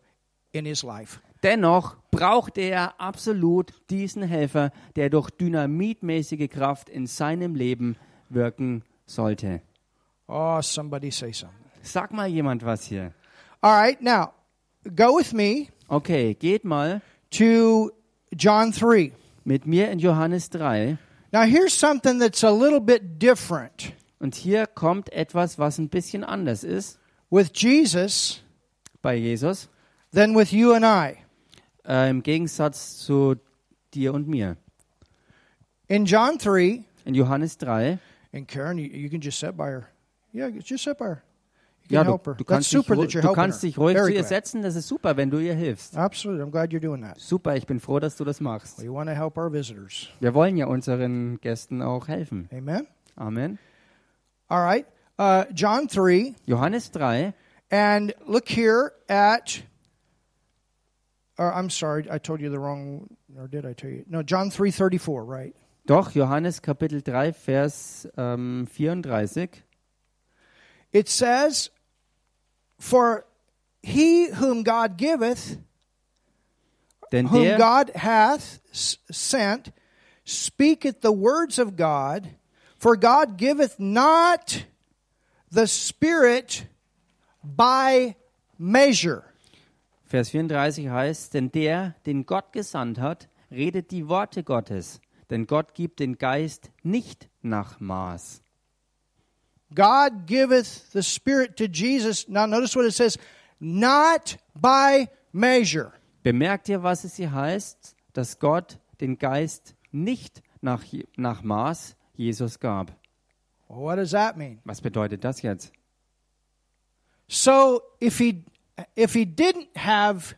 [SPEAKER 2] in his life.
[SPEAKER 1] dennoch brauchte er absolut diesen Helfer, der durch dynamitmäßige Kraft in seinem Leben wirken sollte.
[SPEAKER 2] Oh, somebody say something.
[SPEAKER 1] Sag mal jemand was hier.
[SPEAKER 2] All right, now go with me
[SPEAKER 1] Okay, geht mal
[SPEAKER 2] to John 3.
[SPEAKER 1] mit mir in Johannes 3.
[SPEAKER 2] Now, here's something that's a little bit different.
[SPEAKER 1] Und hier kommt etwas, was ein bisschen anders ist
[SPEAKER 2] With Jesus,
[SPEAKER 1] bei Jesus,
[SPEAKER 2] than with you and I.
[SPEAKER 1] äh, im Gegensatz zu dir und mir.
[SPEAKER 2] In John 3,
[SPEAKER 1] In Johannes 3.
[SPEAKER 2] and Karen, you, you can just sit by her. Yeah, just sit by her. You can
[SPEAKER 1] Ja, du,
[SPEAKER 2] help her.
[SPEAKER 1] du,
[SPEAKER 2] That's
[SPEAKER 1] kannst, dich,
[SPEAKER 2] super
[SPEAKER 1] ru-
[SPEAKER 2] that you're
[SPEAKER 1] du
[SPEAKER 2] helping
[SPEAKER 1] kannst
[SPEAKER 2] her.
[SPEAKER 1] dich ruhig
[SPEAKER 2] Very
[SPEAKER 1] zu ihr
[SPEAKER 2] glad.
[SPEAKER 1] setzen, das ist super, wenn du ihr hilfst.
[SPEAKER 2] Absolutely. I'm glad you're doing that.
[SPEAKER 1] Super, ich bin froh, dass du das machst.
[SPEAKER 2] We want to help our visitors.
[SPEAKER 1] Wir wollen ja unseren Gästen auch helfen.
[SPEAKER 2] Amen.
[SPEAKER 1] Amen.
[SPEAKER 2] All right. Uh, John 3.
[SPEAKER 1] Johannes 3.
[SPEAKER 2] And look here at. Or I'm sorry, I told you the wrong. Or did I tell you? No, John 3:34, right?
[SPEAKER 1] Doch, Johannes Kapitel 3, Vers ähm, 34.
[SPEAKER 2] It says, "For he whom God giveth,
[SPEAKER 1] Denn
[SPEAKER 2] whom
[SPEAKER 1] der,
[SPEAKER 2] Oh God hath s- sent, speaketh the words of God, for God giveth not the Spirit by measure.
[SPEAKER 1] Vers 34 heißt, denn der, den Gott gesandt hat, redet die Worte Gottes, denn Gott gibt den Geist nicht nach Maß.
[SPEAKER 2] God giveth the Spirit to Jesus. Now, notice what it says not by measure.
[SPEAKER 1] Bemerkt ihr, was es hier heißt, dass Gott den Geist nicht nach, Je- nach Maß Jesus gab?
[SPEAKER 2] Well, what does that mean?
[SPEAKER 1] Was bedeutet das jetzt?
[SPEAKER 2] So, if he, if he didn't have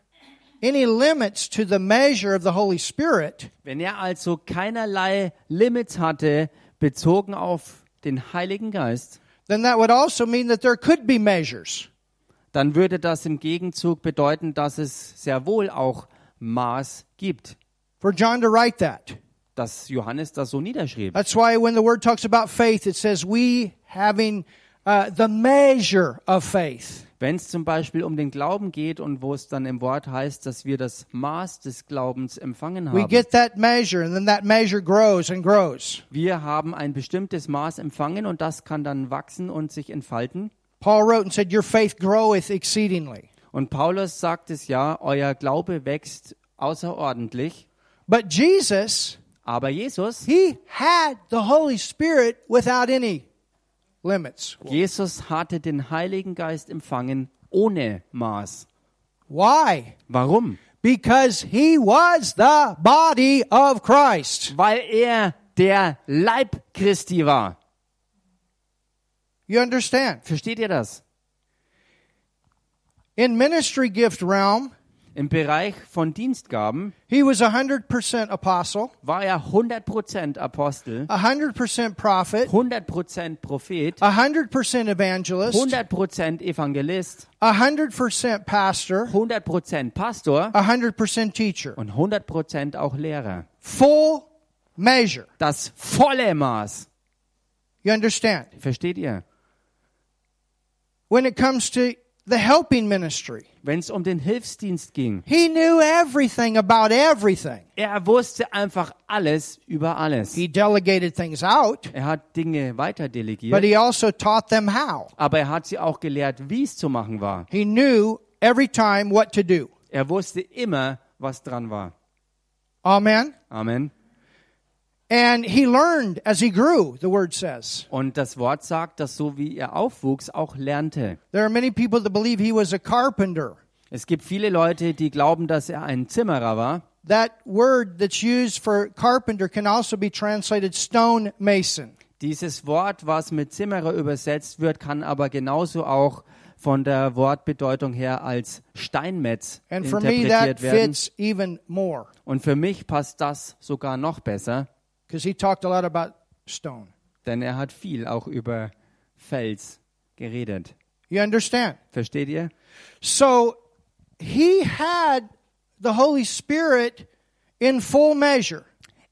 [SPEAKER 2] any limits to the measure of the Holy Spirit,
[SPEAKER 1] Wenn er also keinerlei Limits hatte, bezogen auf den Heiligen Geist,
[SPEAKER 2] then that would also mean that there could be measures.
[SPEAKER 1] dann würde das im Gegenzug bedeuten, dass es sehr wohl auch Maß gibt,
[SPEAKER 2] for John to write that.
[SPEAKER 1] dass Johannes das so niederschrieb.
[SPEAKER 2] That's why when the word talks about faith, it says we having uh, the measure of faith.
[SPEAKER 1] Wenn es zum Beispiel um den Glauben geht und wo es dann im Wort heißt, dass wir das Maß des Glaubens empfangen
[SPEAKER 2] We
[SPEAKER 1] haben.
[SPEAKER 2] get that measure, and then that measure grows and grows.
[SPEAKER 1] Wir haben ein bestimmtes Maß empfangen und das kann dann wachsen und sich entfalten.
[SPEAKER 2] Paul wrote and said, Your faith groweth exceedingly.
[SPEAKER 1] Und Paulus sagt es ja, euer Glaube wächst außerordentlich.
[SPEAKER 2] But Jesus,
[SPEAKER 1] Aber Jesus,
[SPEAKER 2] he had the Holy Spirit without any limits.
[SPEAKER 1] Jesus hatte den Heiligen Geist empfangen ohne Maß.
[SPEAKER 2] Why?
[SPEAKER 1] Warum?
[SPEAKER 2] Because he was the body of Christ.
[SPEAKER 1] Weil er der Leib Christi war.
[SPEAKER 2] You understand?
[SPEAKER 1] Versteht ihr das?
[SPEAKER 2] In ministry gift realm,
[SPEAKER 1] Im Bereich von Dienstgaben
[SPEAKER 2] He was 100% apostle,
[SPEAKER 1] war er 100% Apostel,
[SPEAKER 2] 100% prophet,
[SPEAKER 1] 100%
[SPEAKER 2] Ah,
[SPEAKER 1] Prophet,
[SPEAKER 2] 100% evangelist,
[SPEAKER 1] 100% Evangelist,
[SPEAKER 2] 100% pastor,
[SPEAKER 1] 100% Pastor
[SPEAKER 2] 100% teacher.
[SPEAKER 1] und 100% auch Lehrer.
[SPEAKER 2] Full measure.
[SPEAKER 1] Das volle Maß.
[SPEAKER 2] You understand?
[SPEAKER 1] Versteht ihr?
[SPEAKER 2] When it comes to the helping ministry,
[SPEAKER 1] Wenn es um den Hilfsdienst ging,
[SPEAKER 2] he knew everything about everything.
[SPEAKER 1] er wusste einfach alles über alles.
[SPEAKER 2] He delegated things out,
[SPEAKER 1] Er hat Dinge weiter
[SPEAKER 2] but
[SPEAKER 1] delegiert,
[SPEAKER 2] he also taught them how.
[SPEAKER 1] aber er hat sie auch gelehrt, wie es zu machen war.
[SPEAKER 2] He knew every time what to do.
[SPEAKER 1] Er wusste immer, was dran war.
[SPEAKER 2] Amen.
[SPEAKER 1] Amen.
[SPEAKER 2] And he learned as he grew, the word says.
[SPEAKER 1] Und das Wort sagt, dass so wie er aufwuchs, auch lernte.
[SPEAKER 2] There are many people that believe he was a carpenter.
[SPEAKER 1] Es gibt viele Leute, die glauben, dass er ein Zimmerer war.
[SPEAKER 2] That word that's used for carpenter can also be translated stone mason.
[SPEAKER 1] Dieses Wort, was mit Zimmerer übersetzt wird, kann aber genauso auch von der Wortbedeutung her als Steinmetz
[SPEAKER 2] And for me, that
[SPEAKER 1] interpretiert werden.
[SPEAKER 2] fits even more
[SPEAKER 1] Und für mich passt das sogar noch besser,
[SPEAKER 2] because he talked a lot about stone.
[SPEAKER 1] denn er hat viel auch über Fels geredet.
[SPEAKER 2] You understand?
[SPEAKER 1] Versteht ihr?
[SPEAKER 2] So he had the Holy Spirit in full measure,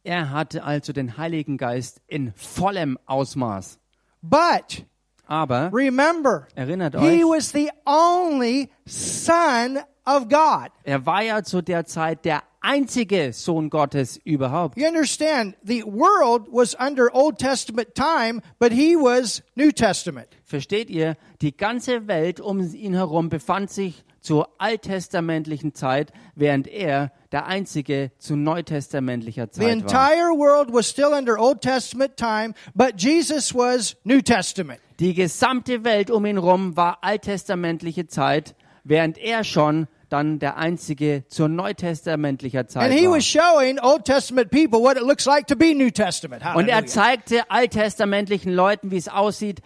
[SPEAKER 1] Er hatte also den Heiligen Geist in vollem Ausmaß.
[SPEAKER 2] but
[SPEAKER 1] Aber
[SPEAKER 2] remember,
[SPEAKER 1] erinnert
[SPEAKER 2] he
[SPEAKER 1] euch,
[SPEAKER 2] was the only Son of God.
[SPEAKER 1] er war ja zu der Zeit der einzige Sohn Gottes überhaupt.
[SPEAKER 2] You understand, the world was under Old Testament time, but he was New Testament.
[SPEAKER 1] Versteht ihr? Die ganze Welt um ihn herum befand sich zur alttestamentlichen Zeit, während er der einzige zu neutestamentlicher
[SPEAKER 2] The
[SPEAKER 1] Zeit war.
[SPEAKER 2] entire world was still under Old Testament time, but Jesus was New Testament.
[SPEAKER 1] Die gesamte Welt um ihn herum war alttestamentliche Zeit, während er schon dann der einzige zur neutestamentlicher Zeit
[SPEAKER 2] And he
[SPEAKER 1] war.
[SPEAKER 2] was showing Old Testament people what it looks like to be New Testament.
[SPEAKER 1] Und er
[SPEAKER 2] Hallelujah.
[SPEAKER 1] zeigte alttestamentlichen Leuten, wie es aussieht,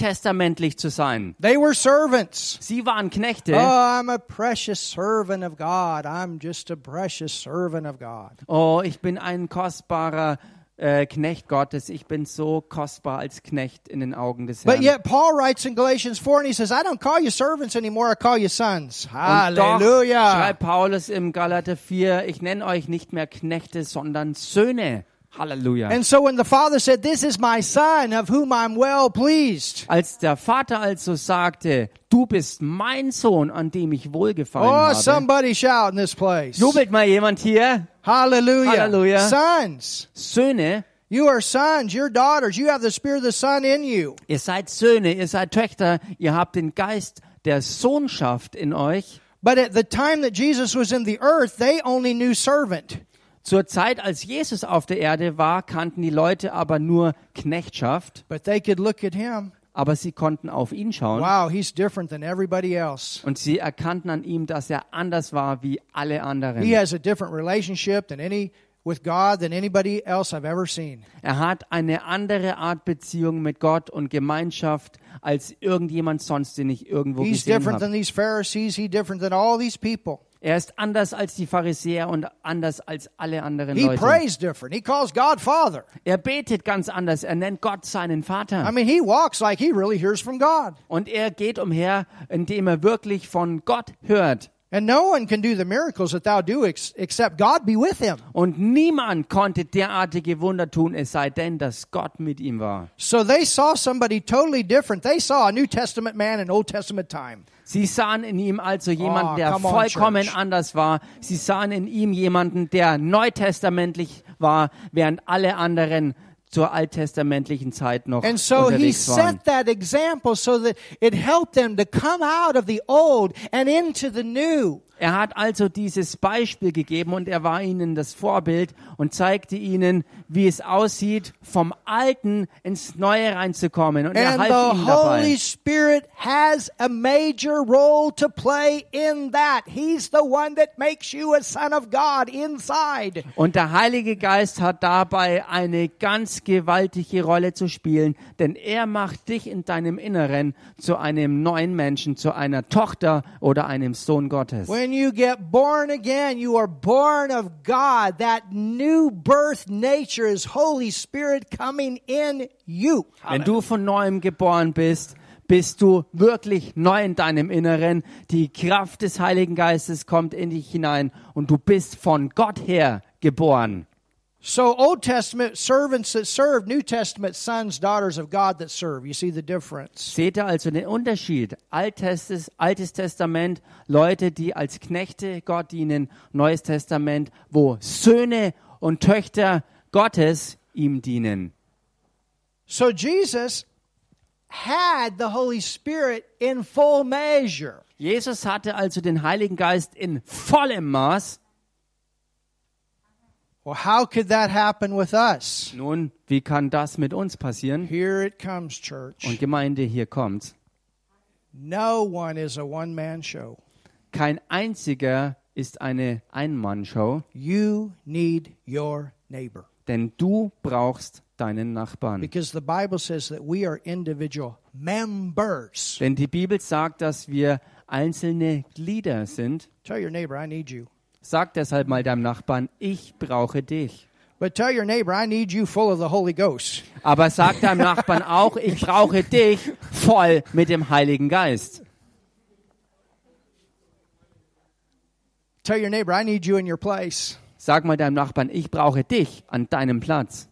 [SPEAKER 1] neutestamentlich zu sein.
[SPEAKER 2] They were servants.
[SPEAKER 1] Sie waren Knechte.
[SPEAKER 2] Oh, I'm a precious servant of God. I'm just a precious servant of God.
[SPEAKER 1] Oh, ich bin ein kostbarer äh, Knecht Gottes. Ich bin so kostbar als Knecht in den Augen des
[SPEAKER 2] But
[SPEAKER 1] Herrn.
[SPEAKER 2] yet Paul writes in Galatians 4 and he says, I don't call you servants anymore, I call you sons.
[SPEAKER 1] Und doch,
[SPEAKER 2] Hallelujah.
[SPEAKER 1] schreibt Paulus im Galater 4, ich nenne euch nicht mehr Knechte, sondern Söhne. Halleluja.
[SPEAKER 2] And so when the father said, This is my son of whom I'm well pleased.
[SPEAKER 1] Als der Vater also sagte, du bist mein Sohn, an dem ich wohlgefallen
[SPEAKER 2] Oh,
[SPEAKER 1] habe.
[SPEAKER 2] somebody shout in this place.
[SPEAKER 1] Jubelt mal jemand hier.
[SPEAKER 2] Hallelujah.
[SPEAKER 1] Hallelujah.
[SPEAKER 2] Sons.
[SPEAKER 1] Söhne,
[SPEAKER 2] You are sons, your daughters. You have the spirit of the son in you.
[SPEAKER 1] ihr seid Söhne, ihr seid Töchter, ihr habt den Geist der Sohnschaft in euch.
[SPEAKER 2] But at the time that Jesus was in the earth, they only knew servant.
[SPEAKER 1] Zur Zeit, als Jesus auf der Erde war, kannten die Leute aber nur Knechtschaft,
[SPEAKER 2] But they could look at him.
[SPEAKER 1] aber sie konnten auf ihn schauen
[SPEAKER 2] Wow, he's different than everybody else.
[SPEAKER 1] und sie erkannten an ihm, dass er anders war wie alle
[SPEAKER 2] He
[SPEAKER 1] anderen.
[SPEAKER 2] has a different relationship than any with God than anybody else I've ever seen.
[SPEAKER 1] Er hat eine andere Art Beziehung mit Gott und Gemeinschaft als irgendjemand sonst, den ich irgendwo
[SPEAKER 2] He's
[SPEAKER 1] gesehen
[SPEAKER 2] different
[SPEAKER 1] habe.
[SPEAKER 2] than these Pharisees, he's different than all these people.
[SPEAKER 1] Er ist anders als die Pharisäer und anders als alle anderen
[SPEAKER 2] He
[SPEAKER 1] Leute.
[SPEAKER 2] prays different. He calls God Father.
[SPEAKER 1] Er betet ganz anders. Er nennt Gott seinen Vater.
[SPEAKER 2] I mean, he walks like he really hears from God.
[SPEAKER 1] Und er geht umher, indem er wirklich von Gott hört.
[SPEAKER 2] And no one can do the miracles that thou doest except God be with him.
[SPEAKER 1] Und niemand konnte derartige Wunder tun, es sei denn, dass Gott mit ihm war.
[SPEAKER 2] So they saw somebody totally different. They saw a New Testament man in Old Testament time.
[SPEAKER 1] Sie sahen in ihm also
[SPEAKER 2] Oh,
[SPEAKER 1] jemanden, der
[SPEAKER 2] come on,
[SPEAKER 1] vollkommen
[SPEAKER 2] Church.
[SPEAKER 1] anders war. Sie sahen in ihm jemanden, der neutestamentlich war, während alle anderen zur alttestamentlichen Zeit noch
[SPEAKER 2] And so he
[SPEAKER 1] unterwegs waren.
[SPEAKER 2] set that example so that it helped them to come out of the old and into the new.
[SPEAKER 1] Er hat also dieses Beispiel gegeben und er war ihnen das Vorbild und zeigte ihnen, wie es aussieht, vom Alten ins Neue reinzukommen. Und er
[SPEAKER 2] And
[SPEAKER 1] half
[SPEAKER 2] the
[SPEAKER 1] ihnen dabei.
[SPEAKER 2] Holy Spirit has a major role to play in that. He's the one that makes you a son of God inside.
[SPEAKER 1] Und der Heilige Geist hat dabei eine ganz gewaltige Rolle zu spielen, denn er macht dich in deinem Inneren zu einem neuen Menschen, zu einer Tochter oder einem Sohn Gottes.
[SPEAKER 2] when you get born again, you are born of God. That new birth nature is Holy Spirit coming in you.
[SPEAKER 1] Wenn du von neuem geboren bist, bist du wirklich neu in deinem Inneren. Die Kraft des Heiligen Geistes kommt in dich hinein und du bist von Gott her geboren.
[SPEAKER 2] So, Old Testament servants that serve, New Testament sons, daughters of God that serve. You see the difference.
[SPEAKER 1] Seht ihr also den Unterschied? Altes, Altes Testament, Leute, die als Knechte Gott dienen, Neues Testament, wo Söhne und Töchter Gottes ihm dienen.
[SPEAKER 2] So, Jesus had the Holy Spirit in full measure.
[SPEAKER 1] Jesus hatte also den Heiligen Geist in vollem Maß.
[SPEAKER 2] Well, how could that happen with us?
[SPEAKER 1] Nun, wie kann das mit uns passieren?
[SPEAKER 2] Here it comes, church.
[SPEAKER 1] Und Gemeinde, hier kommt's.
[SPEAKER 2] No one is a one man show.
[SPEAKER 1] Kein einziger ist eine Ein-Mann-Show,
[SPEAKER 2] You need your neighbor.
[SPEAKER 1] denn du brauchst deinen Nachbarn.
[SPEAKER 2] Because the Bible says that we are individual members.
[SPEAKER 1] Denn die Bibel sagt, dass wir einzelne Glieder sind.
[SPEAKER 2] Tell your neighbor, I need you.
[SPEAKER 1] Sag deshalb mal deinem Nachbarn, ich brauche dich.
[SPEAKER 2] But tell your neighbor, I need you full of the Holy Ghost.
[SPEAKER 1] Aber sag deinem Nachbarn auch, ich brauche dich voll mit dem Heiligen Geist.
[SPEAKER 2] Tell your neighbor, I need you in your place.
[SPEAKER 1] Sag mal deinem Nachbarn, ich brauche dich an deinem Platz.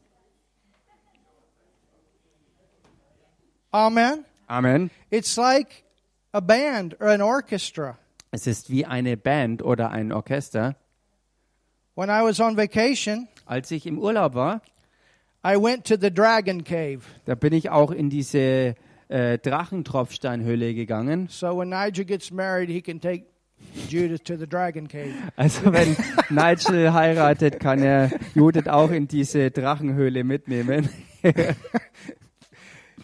[SPEAKER 2] Amen.
[SPEAKER 1] Amen.
[SPEAKER 2] It's like a band or an orchestra.
[SPEAKER 1] Es ist wie eine Band oder ein Orchester.
[SPEAKER 2] When I was on vacation,
[SPEAKER 1] Als ich im Urlaub war,
[SPEAKER 2] I went to the Dragon Cave.
[SPEAKER 1] da bin ich auch in diese äh, Drachentropfsteinhöhle gegangen.
[SPEAKER 2] So when Nigel gets married, he can take Judith to the Dragon Cave.
[SPEAKER 1] Also wenn Nigel heiratet, kann er Judith auch in diese Drachenhöhle mitnehmen.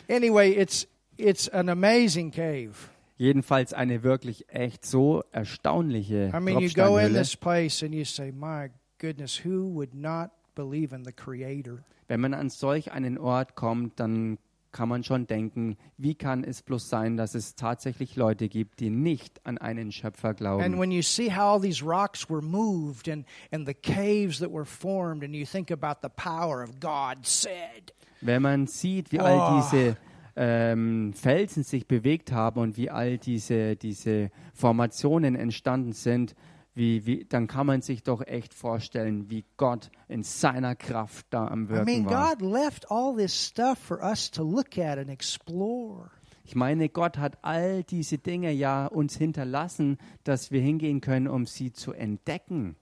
[SPEAKER 2] Anyway, it's it's an amazing cave.
[SPEAKER 1] Jedenfalls eine wirklich echt so erstaunliche
[SPEAKER 2] I mean, you go
[SPEAKER 1] Tropfsteinhöhle.
[SPEAKER 2] in this place and you say, "My goodness, who would not believe in the Creator?"
[SPEAKER 1] Wenn man an solch einen Ort kommt, dann kann man schon denken, wie kann es bloß sein, dass es tatsächlich Leute gibt, die nicht an einen Schöpfer
[SPEAKER 2] And
[SPEAKER 1] glauben.
[SPEAKER 2] when you see how all these rocks were moved and and the caves that were formed, and you think about the power of God said,
[SPEAKER 1] Wenn man sieht, wie
[SPEAKER 2] Boah.
[SPEAKER 1] all diese ähm, Felsen sich bewegt haben und wie all diese, diese Formationen entstanden sind, wie, wie, dann kann man sich doch echt vorstellen, wie Gott in seiner Kraft da am
[SPEAKER 2] I mean,
[SPEAKER 1] Wirken war.
[SPEAKER 2] God left all this stuff for us to look at and explore.
[SPEAKER 1] Ich meine, Gott hat all diese Dinge ja uns hinterlassen, dass wir hingehen können, um sie zu entdecken.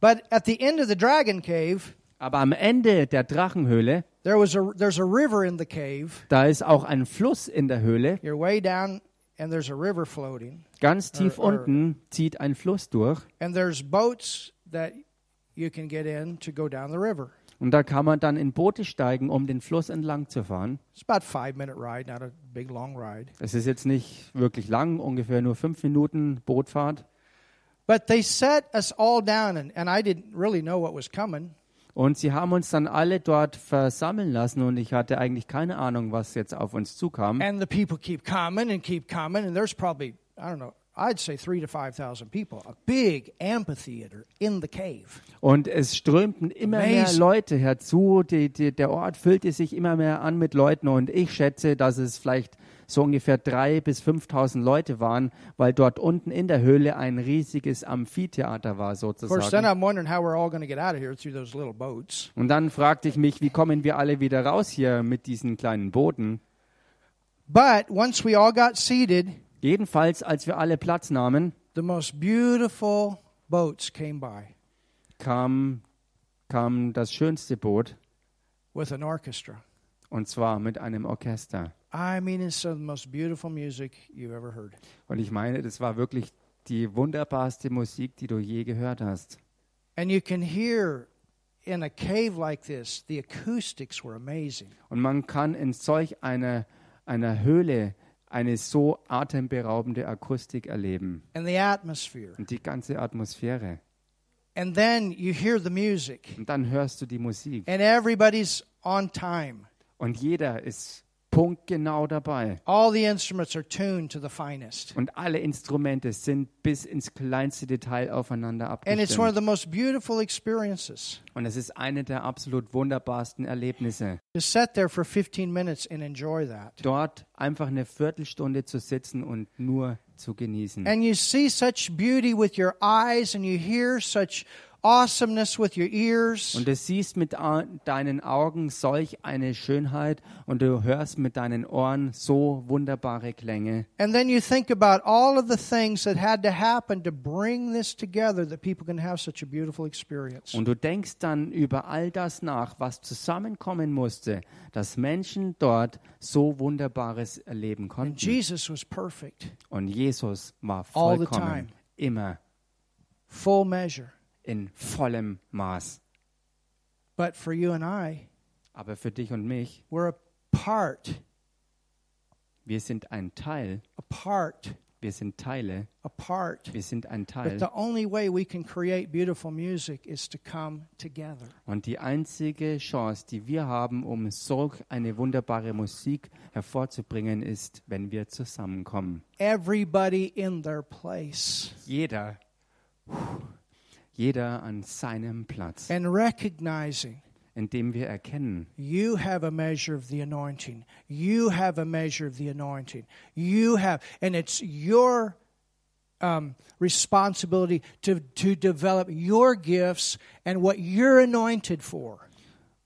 [SPEAKER 2] But at the end of the Dragon Cave,
[SPEAKER 1] Aber am Ende der Drachenhöhle,
[SPEAKER 2] there was a there's a river in the cave.
[SPEAKER 1] da ist auch ein Fluss in der Höhle.
[SPEAKER 2] You're way down, and there's a river floating,
[SPEAKER 1] Ganz tief
[SPEAKER 2] Äh, äh.
[SPEAKER 1] unten zieht ein Fluss durch.
[SPEAKER 2] and there's boats that you can get in to go down the river.
[SPEAKER 1] Und da kann man dann in Boote steigen, um den Fluss entlang zu fahren.
[SPEAKER 2] It's about five minute ride, not a big long ride.
[SPEAKER 1] Es ist jetzt nicht wirklich lang, ungefähr nur fünf Minuten Bootfahrt.
[SPEAKER 2] But they set us all down, and, and I didn't really know what was coming.
[SPEAKER 1] Und sie haben uns dann alle dort versammeln lassen und ich hatte eigentlich keine Ahnung, was jetzt auf uns zukam.
[SPEAKER 2] And the people keep coming and keep coming, and there's probably I don't know. I'd say three to five thousand people, a big amphitheater in the cave.
[SPEAKER 1] Und es strömten immer mehr
[SPEAKER 2] Amazing.
[SPEAKER 1] Leute herzu. Die, die, der Ort füllte sich immer mehr an mit Leuten. Und ich schätze, dass es vielleicht so ungefähr 3.000 bis 5.000 Leute waren, weil dort unten in der Höhle ein riesiges Amphitheater war
[SPEAKER 2] Of course, then
[SPEAKER 1] sozusagen.
[SPEAKER 2] I'm wondering how we're all going to get out of here through those little boats.
[SPEAKER 1] Und dann fragte ich mich, wie kommen wir alle wieder raus hier mit diesen kleinen Booten?
[SPEAKER 2] But once we all got seated,
[SPEAKER 1] Jedenfalls, als wir alle Platz nahmen,
[SPEAKER 2] the most beautiful boats came by
[SPEAKER 1] kam, kam das schönste Boot
[SPEAKER 2] with an orchestra.
[SPEAKER 1] und zwar mit einem Orchester.
[SPEAKER 2] I mean, it's some of the most beautiful music you've ever heard.
[SPEAKER 1] Und ich meine, das war wirklich die wunderbarste Musik, die du je gehört hast.
[SPEAKER 2] And you can hear in a cave like this, the acoustics were amazing.
[SPEAKER 1] Und man kann in solch einer, einer Höhle eine so atemberaubende Akustik erleben
[SPEAKER 2] And the atmosphere.
[SPEAKER 1] und die ganze Atmosphäre.
[SPEAKER 2] And then you hear the music.
[SPEAKER 1] Und dann hörst du die Musik
[SPEAKER 2] And everybody's on time.
[SPEAKER 1] und jeder ist punktgenau dabei.
[SPEAKER 2] All the instruments are tuned to the finest.
[SPEAKER 1] Und alle Instrumente sind bis ins kleinste Detail aufeinander
[SPEAKER 2] And it's one
[SPEAKER 1] abgestimmt.
[SPEAKER 2] of the most beautiful experiences
[SPEAKER 1] Und es ist eine der absolut wunderbarsten Erlebnisse,
[SPEAKER 2] to sit there for 15 minutes and enjoy that.
[SPEAKER 1] dort einfach eine Viertelstunde zu sitzen und nur zu genießen.
[SPEAKER 2] And you see such beauty with your eyes and you hear such awesomeness with your ears.
[SPEAKER 1] Und du siehst mit a- deinen Augen solch eine Schönheit und du hörst mit deinen Ohren so wunderbare Klänge.
[SPEAKER 2] And then you think about all of the things that had to happen to bring this together that people can have such a beautiful experience.
[SPEAKER 1] Und du denkst dann über all das nach, was zusammenkommen musste, dass Menschen dort so Wunderbares erleben konnten.
[SPEAKER 2] Jesus was perfect,
[SPEAKER 1] Und Jesus war
[SPEAKER 2] All the time.
[SPEAKER 1] vollkommen, immer,
[SPEAKER 2] full measure.
[SPEAKER 1] in vollem Maß.
[SPEAKER 2] But for you and I,
[SPEAKER 1] Aber für dich und mich,
[SPEAKER 2] we're a part,
[SPEAKER 1] wir sind ein Teil,
[SPEAKER 2] a part,
[SPEAKER 1] wir sind Teile,
[SPEAKER 2] a part.
[SPEAKER 1] wir sind ein
[SPEAKER 2] But
[SPEAKER 1] Teil.
[SPEAKER 2] the only way we can create beautiful music is to come together.
[SPEAKER 1] Und die einzige Chance, die wir haben, um solch eine wunderbare Musik hervorzubringen, ist, wenn wir zusammenkommen.
[SPEAKER 2] Everybody in their place
[SPEAKER 1] Jeder, jeder an seinem Platz,
[SPEAKER 2] and recognizing
[SPEAKER 1] indem wir erkennen,
[SPEAKER 2] you have a measure of the anointing. You have a measure of the anointing. You have, and it's your um, responsibility to, to develop your gifts and what you're anointed for.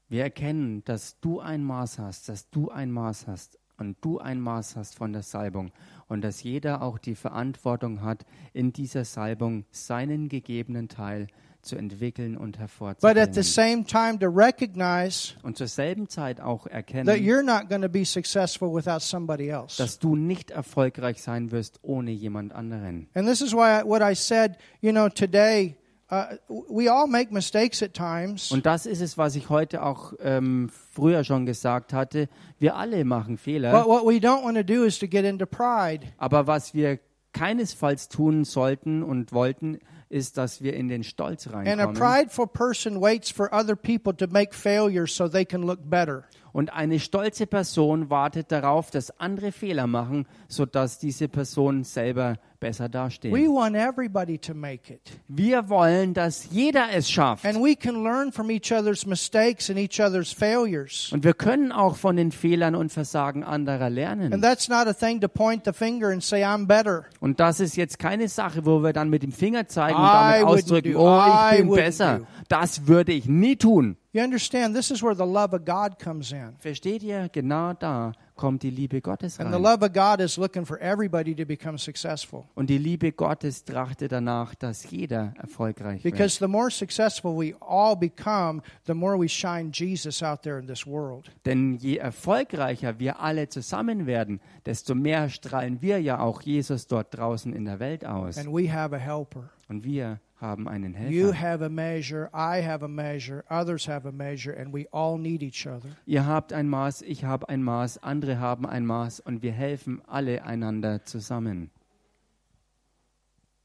[SPEAKER 1] wir erkennen, dass du ein Maß hast, dass du ein Maß hast und du ein Maß hast von der Salbung und dass jeder auch die Verantwortung hat, in dieser Salbung seinen gegebenen Teil zu entwickeln und
[SPEAKER 2] But at the
[SPEAKER 1] hervorzubringen.
[SPEAKER 2] same time, to recognize
[SPEAKER 1] Und zur selben Zeit auch
[SPEAKER 2] that
[SPEAKER 1] erkennen,
[SPEAKER 2] you're not going to be successful without somebody else.
[SPEAKER 1] dass du nicht erfolgreich sein wirst ohne jemand anderen.
[SPEAKER 2] And this is why I, what I said, you know, today, uh, we all make mistakes at times.
[SPEAKER 1] Und das ist es, was ich heute auch ähm, früher schon gesagt hatte. Wir alle machen
[SPEAKER 2] But
[SPEAKER 1] Fehler,
[SPEAKER 2] what we don't want to do is to get into pride.
[SPEAKER 1] aber was wir keinesfalls tun sollten und wollten, ist, dass wir in den Stolz
[SPEAKER 2] And a
[SPEAKER 1] reinkommen.
[SPEAKER 2] prideful person waits for other people to make failures so they can look better.
[SPEAKER 1] Und eine stolze Person wartet darauf, dass andere Fehler machen, sodass diese Person selber besser
[SPEAKER 2] We
[SPEAKER 1] dasteht.
[SPEAKER 2] want everybody to make it.
[SPEAKER 1] Wir wollen, dass jeder es schafft.
[SPEAKER 2] And we can learn from each other's mistakes and each other's failures.
[SPEAKER 1] Und wir können auch von den Fehlern und Versagen anderer lernen.
[SPEAKER 2] And that's not a thing to point the finger and say, I'm better.
[SPEAKER 1] Und das ist jetzt keine Sache, wo wir dann mit dem Finger zeigen und
[SPEAKER 2] I
[SPEAKER 1] damit
[SPEAKER 2] wouldn't
[SPEAKER 1] ausdrücken,
[SPEAKER 2] do-
[SPEAKER 1] oh,
[SPEAKER 2] I
[SPEAKER 1] ich bin
[SPEAKER 2] wouldn't
[SPEAKER 1] besser.
[SPEAKER 2] do.
[SPEAKER 1] Das würde ich nie tun.
[SPEAKER 2] You understand? This is where the love of God comes in.
[SPEAKER 1] Versteht ihr? Genau da kommt die Liebe Gottes
[SPEAKER 2] And the
[SPEAKER 1] rein.
[SPEAKER 2] love of God is looking for everybody to become successful.
[SPEAKER 1] Und die Liebe Gottes trachtet danach, dass jeder erfolgreich wird.
[SPEAKER 2] Because the more successful we all become, the more we shine Jesus out there in this world.
[SPEAKER 1] Denn je erfolgreicher wir alle zusammen werden, desto mehr strahlen wir ja auch Jesus dort draußen in der Welt aus.
[SPEAKER 2] And we have a helper.
[SPEAKER 1] Und wir haben einen
[SPEAKER 2] You
[SPEAKER 1] Helfer.
[SPEAKER 2] have a measure, I have a measure, others have a measure, and we all need each other.
[SPEAKER 1] Ihr habt ein Maß, ich habe ein Maß, andere haben ein Maß und wir helfen alle einander zusammen.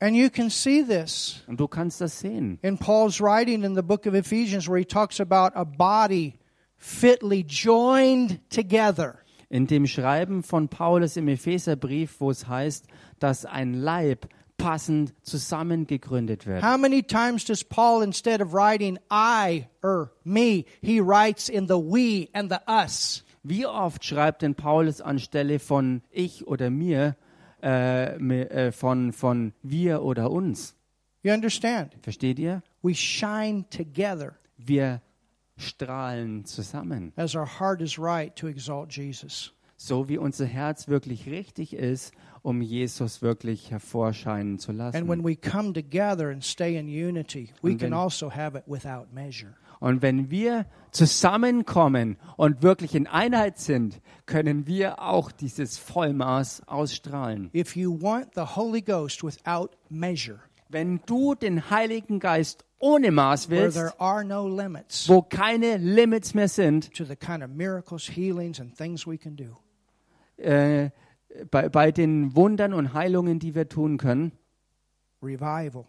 [SPEAKER 2] And you can see this
[SPEAKER 1] Und du kannst das sehen.
[SPEAKER 2] in Paul's writing in the book of Ephesians, where he talks about a body fitly joined together.
[SPEAKER 1] In dem Schreiben von Paulus im Epheserbrief, wo es heißt, dass ein Leib passend zusammengegründet wird.
[SPEAKER 2] How many times does Paul, instead of writing I or me, he writes in the we and the us?
[SPEAKER 1] Wie oft schreibt denn Paulus anstelle von ich oder mir äh, mi- äh, von, von wir oder uns?
[SPEAKER 2] You understand?
[SPEAKER 1] Versteht ihr?
[SPEAKER 2] We shine together
[SPEAKER 1] Wir strahlen zusammen.
[SPEAKER 2] as our heart is right to exalt Jesus.
[SPEAKER 1] So wie unser Herz wirklich richtig ist, um Jesus wirklich hervorscheinen zu
[SPEAKER 2] And
[SPEAKER 1] lassen.
[SPEAKER 2] when we come together and stay in unity, we can
[SPEAKER 1] then-
[SPEAKER 2] also have it without measure.
[SPEAKER 1] Und wenn wir zusammenkommen und wirklich in Einheit sind, können wir auch dieses Vollmaß ausstrahlen.
[SPEAKER 2] If you want the Holy Ghost without measure,
[SPEAKER 1] Wenn du den Heiligen Geist ohne Maß
[SPEAKER 2] where
[SPEAKER 1] willst,
[SPEAKER 2] there are no limits
[SPEAKER 1] wo keine Limits mehr sind,
[SPEAKER 2] to the kind of miracles, healings, and things we can do,
[SPEAKER 1] äh, bei, bei den Wundern und Heilungen, die wir tun können,
[SPEAKER 2] revival.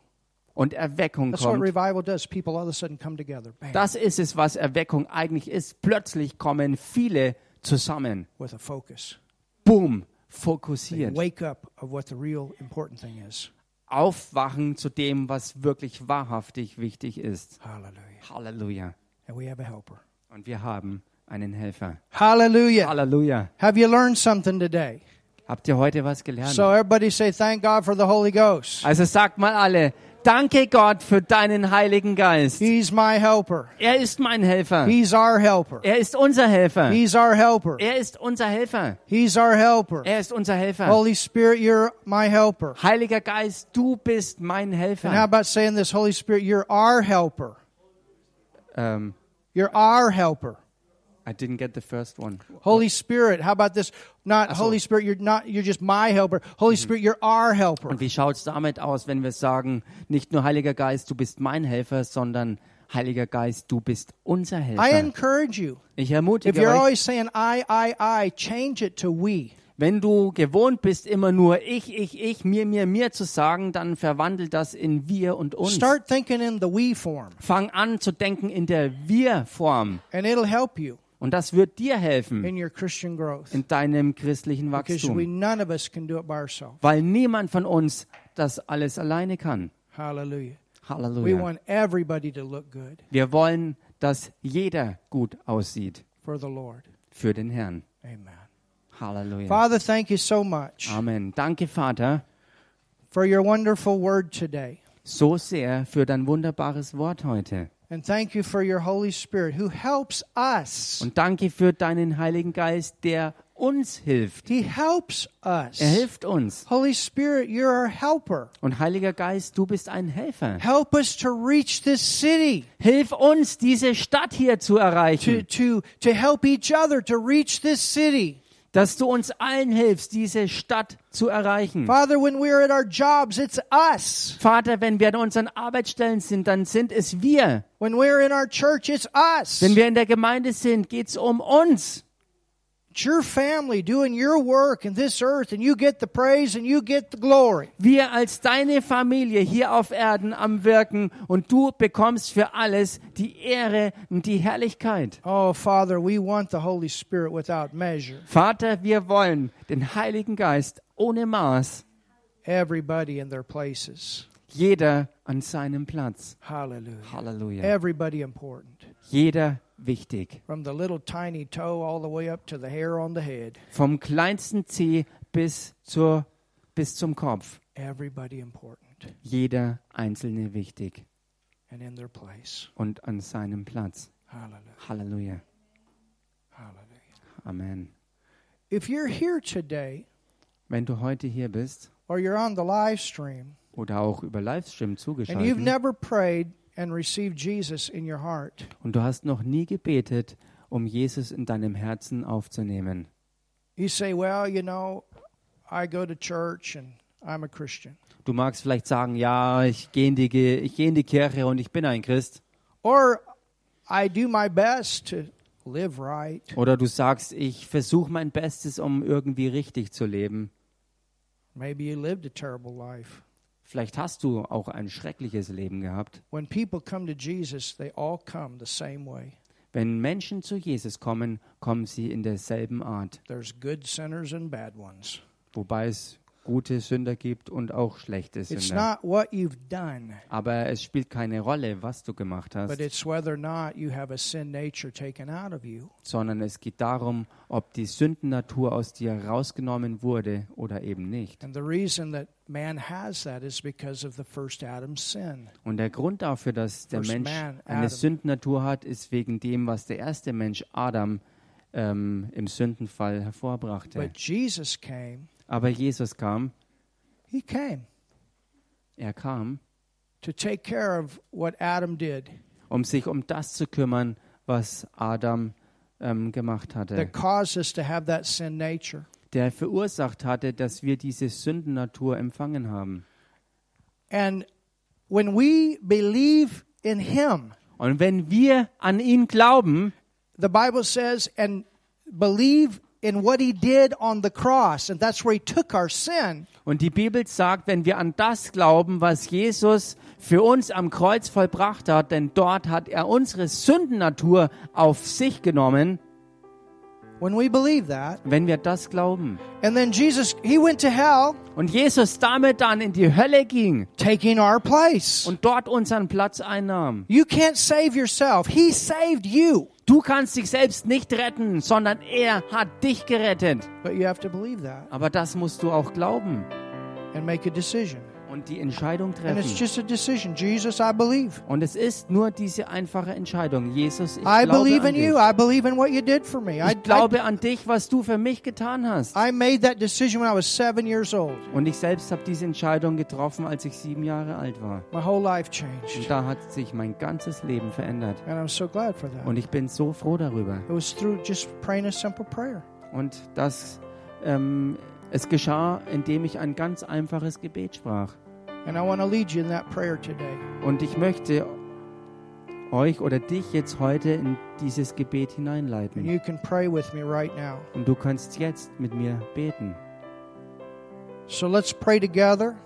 [SPEAKER 1] und Erweckung
[SPEAKER 2] That's what
[SPEAKER 1] kommt.
[SPEAKER 2] revival does. People all of a sudden come together. Bam.
[SPEAKER 1] Das ist es, was Erweckung eigentlich ist. Plötzlich kommen viele zusammen.
[SPEAKER 2] with a focus.
[SPEAKER 1] Boom,
[SPEAKER 2] They
[SPEAKER 1] fokussiert.
[SPEAKER 2] wake up of what the real important thing is.
[SPEAKER 1] Aufwachen zu dem, was wirklich wahrhaftig wichtig ist.
[SPEAKER 2] Hallelujah.
[SPEAKER 1] Halleluja.
[SPEAKER 2] And we have a helper.
[SPEAKER 1] Und wir haben einen Helfer.
[SPEAKER 2] Hallelujah.
[SPEAKER 1] Halleluja.
[SPEAKER 2] Have you learned something today?
[SPEAKER 1] Habt ihr heute was gelernt?
[SPEAKER 2] So everybody say thank God for the Holy Ghost.
[SPEAKER 1] Also sagt mal alle, danke Gott für deinen Heiligen Geist.
[SPEAKER 2] He's my helper.
[SPEAKER 1] Er ist mein Helfer.
[SPEAKER 2] He's our helper.
[SPEAKER 1] Er ist unser Helfer.
[SPEAKER 2] He's our helper.
[SPEAKER 1] Er ist unser Helfer.
[SPEAKER 2] He's our helper.
[SPEAKER 1] Er ist unser Helfer.
[SPEAKER 2] Holy Spirit, you're my helper.
[SPEAKER 1] Heiliger Geist, du bist mein
[SPEAKER 2] And how
[SPEAKER 1] Helfer.
[SPEAKER 2] about saying this, Holy Spirit, you're our helper.
[SPEAKER 1] Ähm,
[SPEAKER 2] You're our helper.
[SPEAKER 1] I didn't get the first one.
[SPEAKER 2] Holy Spirit, how about this? Not Holy Spirit, you're not you're just my helper. Holy Spirit, you're our helper.
[SPEAKER 1] Und wie schaut's damit aus, wenn wir sagen, nicht nur Heiliger Geist, du bist mein Helfer, sondern Heiliger Geist, du bist unser
[SPEAKER 2] I
[SPEAKER 1] Helfer.
[SPEAKER 2] encourage you.
[SPEAKER 1] Ich
[SPEAKER 2] If
[SPEAKER 1] ermutige
[SPEAKER 2] you're
[SPEAKER 1] euch,
[SPEAKER 2] always saying I, I, I, change it to we.
[SPEAKER 1] wenn du gewohnt bist, immer nur ich, ich, ich, mir, mir, mir zu sagen, dann verwandelt das in wir und uns.
[SPEAKER 2] Start thinking in the we form,
[SPEAKER 1] Fang an zu denken in der Wir-Form.
[SPEAKER 2] and it'll help you
[SPEAKER 1] Und das wird dir helfen
[SPEAKER 2] in your Christian growth.
[SPEAKER 1] Mm. in deinem christlichen
[SPEAKER 2] Because we
[SPEAKER 1] Wachstum.
[SPEAKER 2] none of us can do it by ourselves.
[SPEAKER 1] Weil niemand von uns das alles alleine kann.
[SPEAKER 2] Hallelujah. We
[SPEAKER 1] Halleluja.
[SPEAKER 2] want everybody to look good
[SPEAKER 1] Wir wollen, dass jeder gut aussieht
[SPEAKER 2] for the Lord.
[SPEAKER 1] für den Herrn.
[SPEAKER 2] Amen.
[SPEAKER 1] Halleluja.
[SPEAKER 2] Father, thank you so much
[SPEAKER 1] Amen. Danke, Vater,
[SPEAKER 2] for your wonderful word today.
[SPEAKER 1] so sehr für dein wunderbares Wort heute.
[SPEAKER 2] And thank you for your Holy Spirit who helps us.
[SPEAKER 1] Und danke für deinen Heiligen Geist, der uns hilft.
[SPEAKER 2] He helps us.
[SPEAKER 1] Er hilft uns.
[SPEAKER 2] Holy Spirit, you're our helper.
[SPEAKER 1] Und Heiliger Geist, du bist ein Helfer.
[SPEAKER 2] Help us to reach this city,
[SPEAKER 1] Hilf uns, diese Stadt hier zu
[SPEAKER 2] to,
[SPEAKER 1] erreichen.
[SPEAKER 2] to, to help each other to reach this city.
[SPEAKER 1] Dass du uns allen hilfst, diese Stadt zu erreichen.
[SPEAKER 2] Father, when we're at our jobs, it's us.
[SPEAKER 1] Vater, wenn wir an unseren Arbeitsstellen sind, dann sind es wir.
[SPEAKER 2] When we're in our church, it's us.
[SPEAKER 1] Wenn wir in der Gemeinde sind, geht's um uns.
[SPEAKER 2] It's your family doing your work in this earth, and you get the praise and you get the glory.
[SPEAKER 1] Wir als deine Familie hier auf Erden am Wirken und du bekommst für alles die Ehre und die Herrlichkeit.
[SPEAKER 2] Oh, Father, we want the Holy Spirit without measure.
[SPEAKER 1] Vater, wir wollen den Heiligen Geist ohne Maß,
[SPEAKER 2] Everybody in their places.
[SPEAKER 1] jeder an seinem Platz.
[SPEAKER 2] Hallelujah.
[SPEAKER 1] Halleluja.
[SPEAKER 2] Everybody important.
[SPEAKER 1] Jeder wichtig.
[SPEAKER 2] From the little tiny toe all the way up to the hair on the head.
[SPEAKER 1] Vom kleinsten Zeh bis, zur, bis zum Kopf.
[SPEAKER 2] Everybody important
[SPEAKER 1] Jeder Einzelne wichtig
[SPEAKER 2] and in their place.
[SPEAKER 1] und an seinem Platz.
[SPEAKER 2] Hallelujah.
[SPEAKER 1] Halleluja.
[SPEAKER 2] Hallelujah.
[SPEAKER 1] Amen.
[SPEAKER 2] If you're here today
[SPEAKER 1] Wenn du heute hier bist
[SPEAKER 2] or you're on the live stream
[SPEAKER 1] oder auch über Livestream
[SPEAKER 2] and you've
[SPEAKER 1] zugeschaltet
[SPEAKER 2] never prayed and received Jesus in your heart,
[SPEAKER 1] und du hast noch nie gebetet, um Jesus in deinem Herzen aufzunehmen
[SPEAKER 2] you say, Well, you know, I go to church and I'm a Christian.
[SPEAKER 1] Du magst vielleicht sagen, ja, ich gehe in, die Ge- ich geh in die Kirche und ich bin ein Christ.
[SPEAKER 2] Or I do my best to live right.
[SPEAKER 1] Oder du sagst, ich versuche mein Bestes, um irgendwie richtig zu leben.
[SPEAKER 2] Maybe you lived a terrible life.
[SPEAKER 1] Vielleicht hast du auch ein schreckliches Leben gehabt.
[SPEAKER 2] When people come to Jesus, they all come the same way.
[SPEAKER 1] Wenn Menschen zu Jesus kommen, kommen sie in derselben Art,
[SPEAKER 2] There's good sinners and bad ones.
[SPEAKER 1] wobei es gute Sünder gibt und auch schlechte
[SPEAKER 2] It's
[SPEAKER 1] Sünder.
[SPEAKER 2] not what you've done,
[SPEAKER 1] Aber es spielt keine Rolle, was du gemacht
[SPEAKER 2] but
[SPEAKER 1] hast,
[SPEAKER 2] it's whether or not you have a sin nature taken out of you.
[SPEAKER 1] sondern es geht darum, ob die Sündennatur aus dir rausgenommen wurde oder eben nicht.
[SPEAKER 2] And the reason that man has that is because of the first Adam's sin.
[SPEAKER 1] Und der Grund dafür, dass der
[SPEAKER 2] First
[SPEAKER 1] Mensch
[SPEAKER 2] man, Adam.
[SPEAKER 1] eine Sündennatur hat, ist wegen dem, was der erste Mensch Adam ähm, im Sündenfall hervorbrachte.
[SPEAKER 2] But Jesus came.
[SPEAKER 1] Aber Jesus kam,
[SPEAKER 2] He came
[SPEAKER 1] er kam,
[SPEAKER 2] to take care of what Adam did
[SPEAKER 1] um sich um das zu kümmern, was Adam ähm, gemacht hatte,
[SPEAKER 2] that caused us to have that sin nature.
[SPEAKER 1] der verursacht hatte, dass wir diese Sündennatur empfangen haben.
[SPEAKER 2] And when we believe in him,
[SPEAKER 1] Und wenn wir an ihn glauben,
[SPEAKER 2] the Bible says, and believe in what he did on the cross, and that's where he took our sin,
[SPEAKER 1] und die Bibel sagt, wenn wir an das glauben, was Jesus für uns am Kreuz vollbracht hat, denn dort hat er unsere Sündennatur auf sich genommen,
[SPEAKER 2] When we believe that,
[SPEAKER 1] Wenn wir das glauben
[SPEAKER 2] and then Jesus, he went to hell
[SPEAKER 1] und Jesus damit dann in die Hölle ging
[SPEAKER 2] taking our place.
[SPEAKER 1] und dort unseren Platz einnahm.
[SPEAKER 2] You can't save yourself. He saved you.
[SPEAKER 1] Du kannst dich selbst nicht retten, sondern er hat dich gerettet.
[SPEAKER 2] But you have to believe that
[SPEAKER 1] Aber das musst du auch glauben
[SPEAKER 2] and make a decision.
[SPEAKER 1] und die Entscheidung
[SPEAKER 2] And it's
[SPEAKER 1] treffen.
[SPEAKER 2] just a decision. Jesus, I believe.
[SPEAKER 1] Und es ist nur diese einfache Entscheidung. Jesus, ich
[SPEAKER 2] I
[SPEAKER 1] glaube
[SPEAKER 2] believe
[SPEAKER 1] an
[SPEAKER 2] in you.
[SPEAKER 1] dich.
[SPEAKER 2] I believe in what you did for me. I,
[SPEAKER 1] Ich glaube an dich, was du für mich getan hast.
[SPEAKER 2] I, I made that decision when I was seven years old.
[SPEAKER 1] Und ich selbst habe diese Entscheidung getroffen, als ich sieben Jahre alt war.
[SPEAKER 2] My whole life
[SPEAKER 1] Und
[SPEAKER 2] changed.
[SPEAKER 1] da hat sich mein ganzes Leben verändert.
[SPEAKER 2] And I'm so glad for that.
[SPEAKER 1] Und ich bin so froh darüber.
[SPEAKER 2] It was through just praying a simple prayer.
[SPEAKER 1] Und das, ähm, es geschah, indem ich ein ganz einfaches Gebet sprach.
[SPEAKER 2] And I want to lead you in that prayer today.
[SPEAKER 1] Und ich möchte euch oder dich jetzt heute in dieses Gebet
[SPEAKER 2] And
[SPEAKER 1] hineinleiten.
[SPEAKER 2] you can pray with me right now.
[SPEAKER 1] Und du kannst jetzt mit mir beten.
[SPEAKER 2] So let's pray together.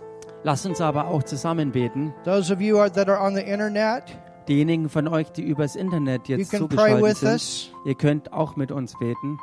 [SPEAKER 1] Lasst uns aber auch zusammen beten.
[SPEAKER 2] Those of you are, that are on the internet,
[SPEAKER 1] Diejenigen von euch, die übers Internet
[SPEAKER 2] you
[SPEAKER 1] jetzt
[SPEAKER 2] can pray
[SPEAKER 1] zugeschaltet
[SPEAKER 2] with
[SPEAKER 1] sind,
[SPEAKER 2] us.
[SPEAKER 1] ihr könnt auch mit uns beten.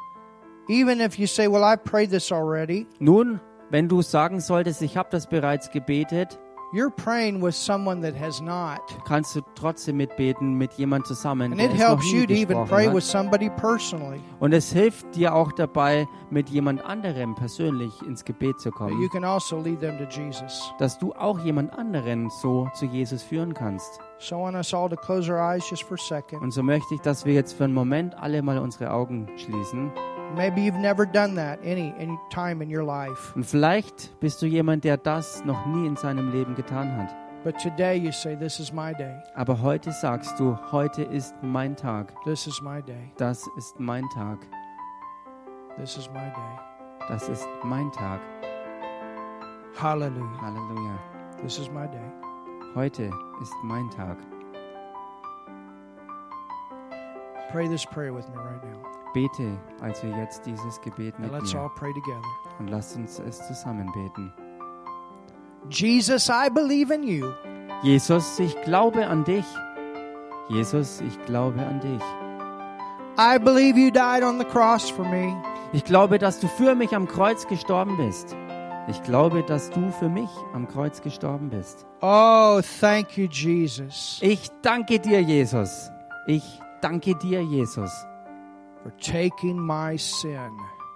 [SPEAKER 2] Even if you say, Well, I prayed this already,
[SPEAKER 1] Nun, wenn du sagen solltest, ich habe das bereits gebetet,
[SPEAKER 2] you're praying with someone that has not.
[SPEAKER 1] kannst du trotzdem mitbeten mit jemand zusammen,
[SPEAKER 2] And
[SPEAKER 1] der
[SPEAKER 2] it
[SPEAKER 1] es noch
[SPEAKER 2] helps
[SPEAKER 1] nie
[SPEAKER 2] you to even
[SPEAKER 1] gesprochen
[SPEAKER 2] pray with
[SPEAKER 1] hat.
[SPEAKER 2] somebody personally.
[SPEAKER 1] Und es hilft dir auch dabei, mit jemand anderem persönlich ins Gebet zu
[SPEAKER 2] But you
[SPEAKER 1] kommen,
[SPEAKER 2] can also lead them to Jesus.
[SPEAKER 1] dass du auch jemand anderen so zu Jesus führen kannst.
[SPEAKER 2] So I want us all to close our eyes just for a second.
[SPEAKER 1] Und so möchte ich, dass wir jetzt für einen Moment alle mal unsere Augen schließen.
[SPEAKER 2] Maybe you've never done that any, any time in your life.
[SPEAKER 1] Und vielleicht bist du jemand, der das noch nie in seinem Leben getan hat.
[SPEAKER 2] But today you say, This is my day.
[SPEAKER 1] Aber heute sagst du, heute ist mein Tag.
[SPEAKER 2] This is my day.
[SPEAKER 1] Das ist mein Tag.
[SPEAKER 2] This is my day.
[SPEAKER 1] Das ist mein Tag.
[SPEAKER 2] Hallelujah.
[SPEAKER 1] Halleluja.
[SPEAKER 2] This is my day.
[SPEAKER 1] Heute ist mein Tag.
[SPEAKER 2] Pray this prayer with me right now.
[SPEAKER 1] Bete, als wir jetzt dieses Gebet
[SPEAKER 2] And
[SPEAKER 1] mit
[SPEAKER 2] let's all
[SPEAKER 1] mir
[SPEAKER 2] pray together.
[SPEAKER 1] und lasst uns es zusammen beten.
[SPEAKER 2] Jesus, I believe in you.
[SPEAKER 1] Jesus, ich glaube an dich. Jesus, ich glaube an dich.
[SPEAKER 2] I believe you died on the cross for me.
[SPEAKER 1] Ich glaube, dass du für mich am Kreuz gestorben bist. Ich glaube, dass du für mich am Kreuz gestorben bist.
[SPEAKER 2] Oh, thank you, Jesus,
[SPEAKER 1] Ich danke dir, Jesus. Ich danke dir, Jesus,
[SPEAKER 2] for taking my sin.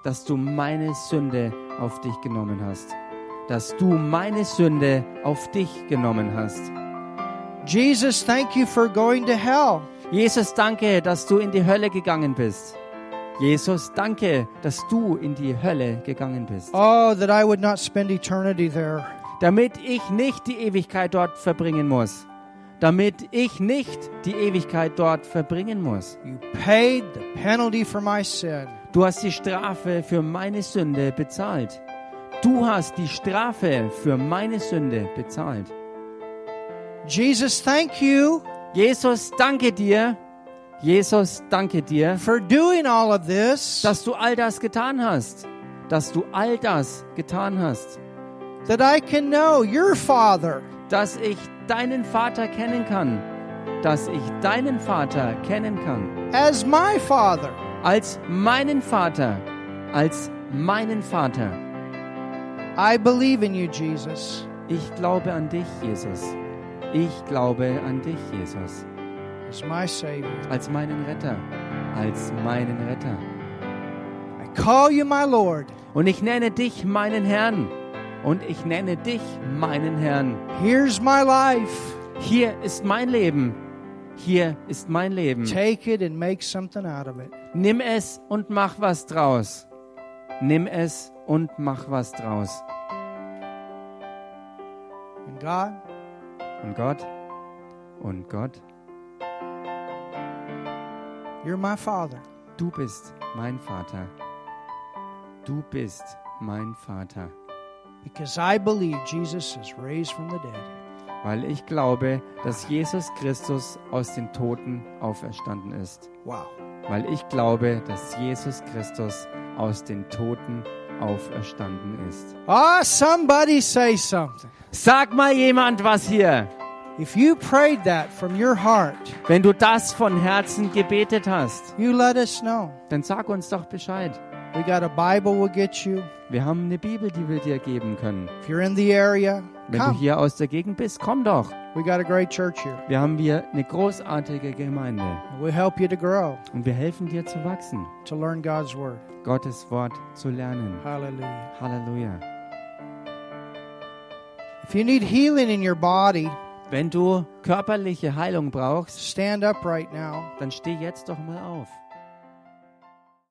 [SPEAKER 1] dass du meine Sünde auf dich genommen hast. Dass du meine Sünde auf dich genommen hast.
[SPEAKER 2] Jesus, thank you for going to hell.
[SPEAKER 1] Jesus, danke, dass du in die Hölle gegangen bist. Jesus, danke, dass du in die Hölle gegangen bist,
[SPEAKER 2] Oh, that I would not spend eternity there.
[SPEAKER 1] damit ich nicht die Ewigkeit dort verbringen muss, damit ich nicht die Ewigkeit dort verbringen muss.
[SPEAKER 2] You paid the penalty for my sin.
[SPEAKER 1] Du hast die Strafe für meine Sünde bezahlt. Du hast die Strafe für meine Sünde bezahlt.
[SPEAKER 2] Jesus, thank you
[SPEAKER 1] Jesus, danke dir. Jesus, danke dir,
[SPEAKER 2] for doing all of this,
[SPEAKER 1] dass du all das getan hast. Dass du all das getan hast.
[SPEAKER 2] that I can know your Father.
[SPEAKER 1] dass ich deinen Vater kennen kann, dass ich deinen Vater kennen kann,
[SPEAKER 2] as my father.
[SPEAKER 1] als meinen Vater, als meinen Vater.
[SPEAKER 2] I believe in you, Jesus.
[SPEAKER 1] Ich glaube an dich, Jesus. Ich glaube an dich, Jesus,
[SPEAKER 2] As my Savior.
[SPEAKER 1] als meinen Retter, als meinen Retter.
[SPEAKER 2] I call you my Lord.
[SPEAKER 1] Und ich nenne dich meinen Herrn. Und ich nenne dich meinen Herrn.
[SPEAKER 2] Here's my life.
[SPEAKER 1] Hier ist mein Leben. Hier ist mein Leben.
[SPEAKER 2] Take it and make something out of it.
[SPEAKER 1] Nimm es und mach was draus. Nimm es und mach was draus.
[SPEAKER 2] And God,
[SPEAKER 1] Und Gott, und Gott,
[SPEAKER 2] you're my Father.
[SPEAKER 1] du bist mein Vater. Du bist mein Vater.
[SPEAKER 2] Because I believe Jesus is raised from the dead.
[SPEAKER 1] Weil ich glaube, dass Jesus Christus aus den Toten auferstanden ist.
[SPEAKER 2] Wow.
[SPEAKER 1] Weil ich glaube, dass Jesus Christus aus den Toten auferstanden ist.
[SPEAKER 2] Ah, somebody say something.
[SPEAKER 1] Sag mal jemand was hier.
[SPEAKER 2] If you prayed that from your heart,
[SPEAKER 1] Wenn du das von Herzen gebetet hast,
[SPEAKER 2] you let us know.
[SPEAKER 1] dann sag uns doch Bescheid.
[SPEAKER 2] We got a Bible we'll get you.
[SPEAKER 1] Wir haben eine Bibel, die wir dir geben können.
[SPEAKER 2] If you're in the area,
[SPEAKER 1] Wenn du
[SPEAKER 2] come.
[SPEAKER 1] hier aus der Gegend bist, komm doch.
[SPEAKER 2] We got a great church here.
[SPEAKER 1] Wir haben hier eine großartige Gemeinde
[SPEAKER 2] We'll help you to grow,
[SPEAKER 1] und wir helfen dir zu wachsen,
[SPEAKER 2] to learn God's word.
[SPEAKER 1] Gottes Wort zu lernen.
[SPEAKER 2] Hallelujah.
[SPEAKER 1] Halleluja.
[SPEAKER 2] If you need healing in your body,
[SPEAKER 1] Wenn du körperliche Heilung brauchst,
[SPEAKER 2] stand up right now.
[SPEAKER 1] dann steh jetzt doch mal auf.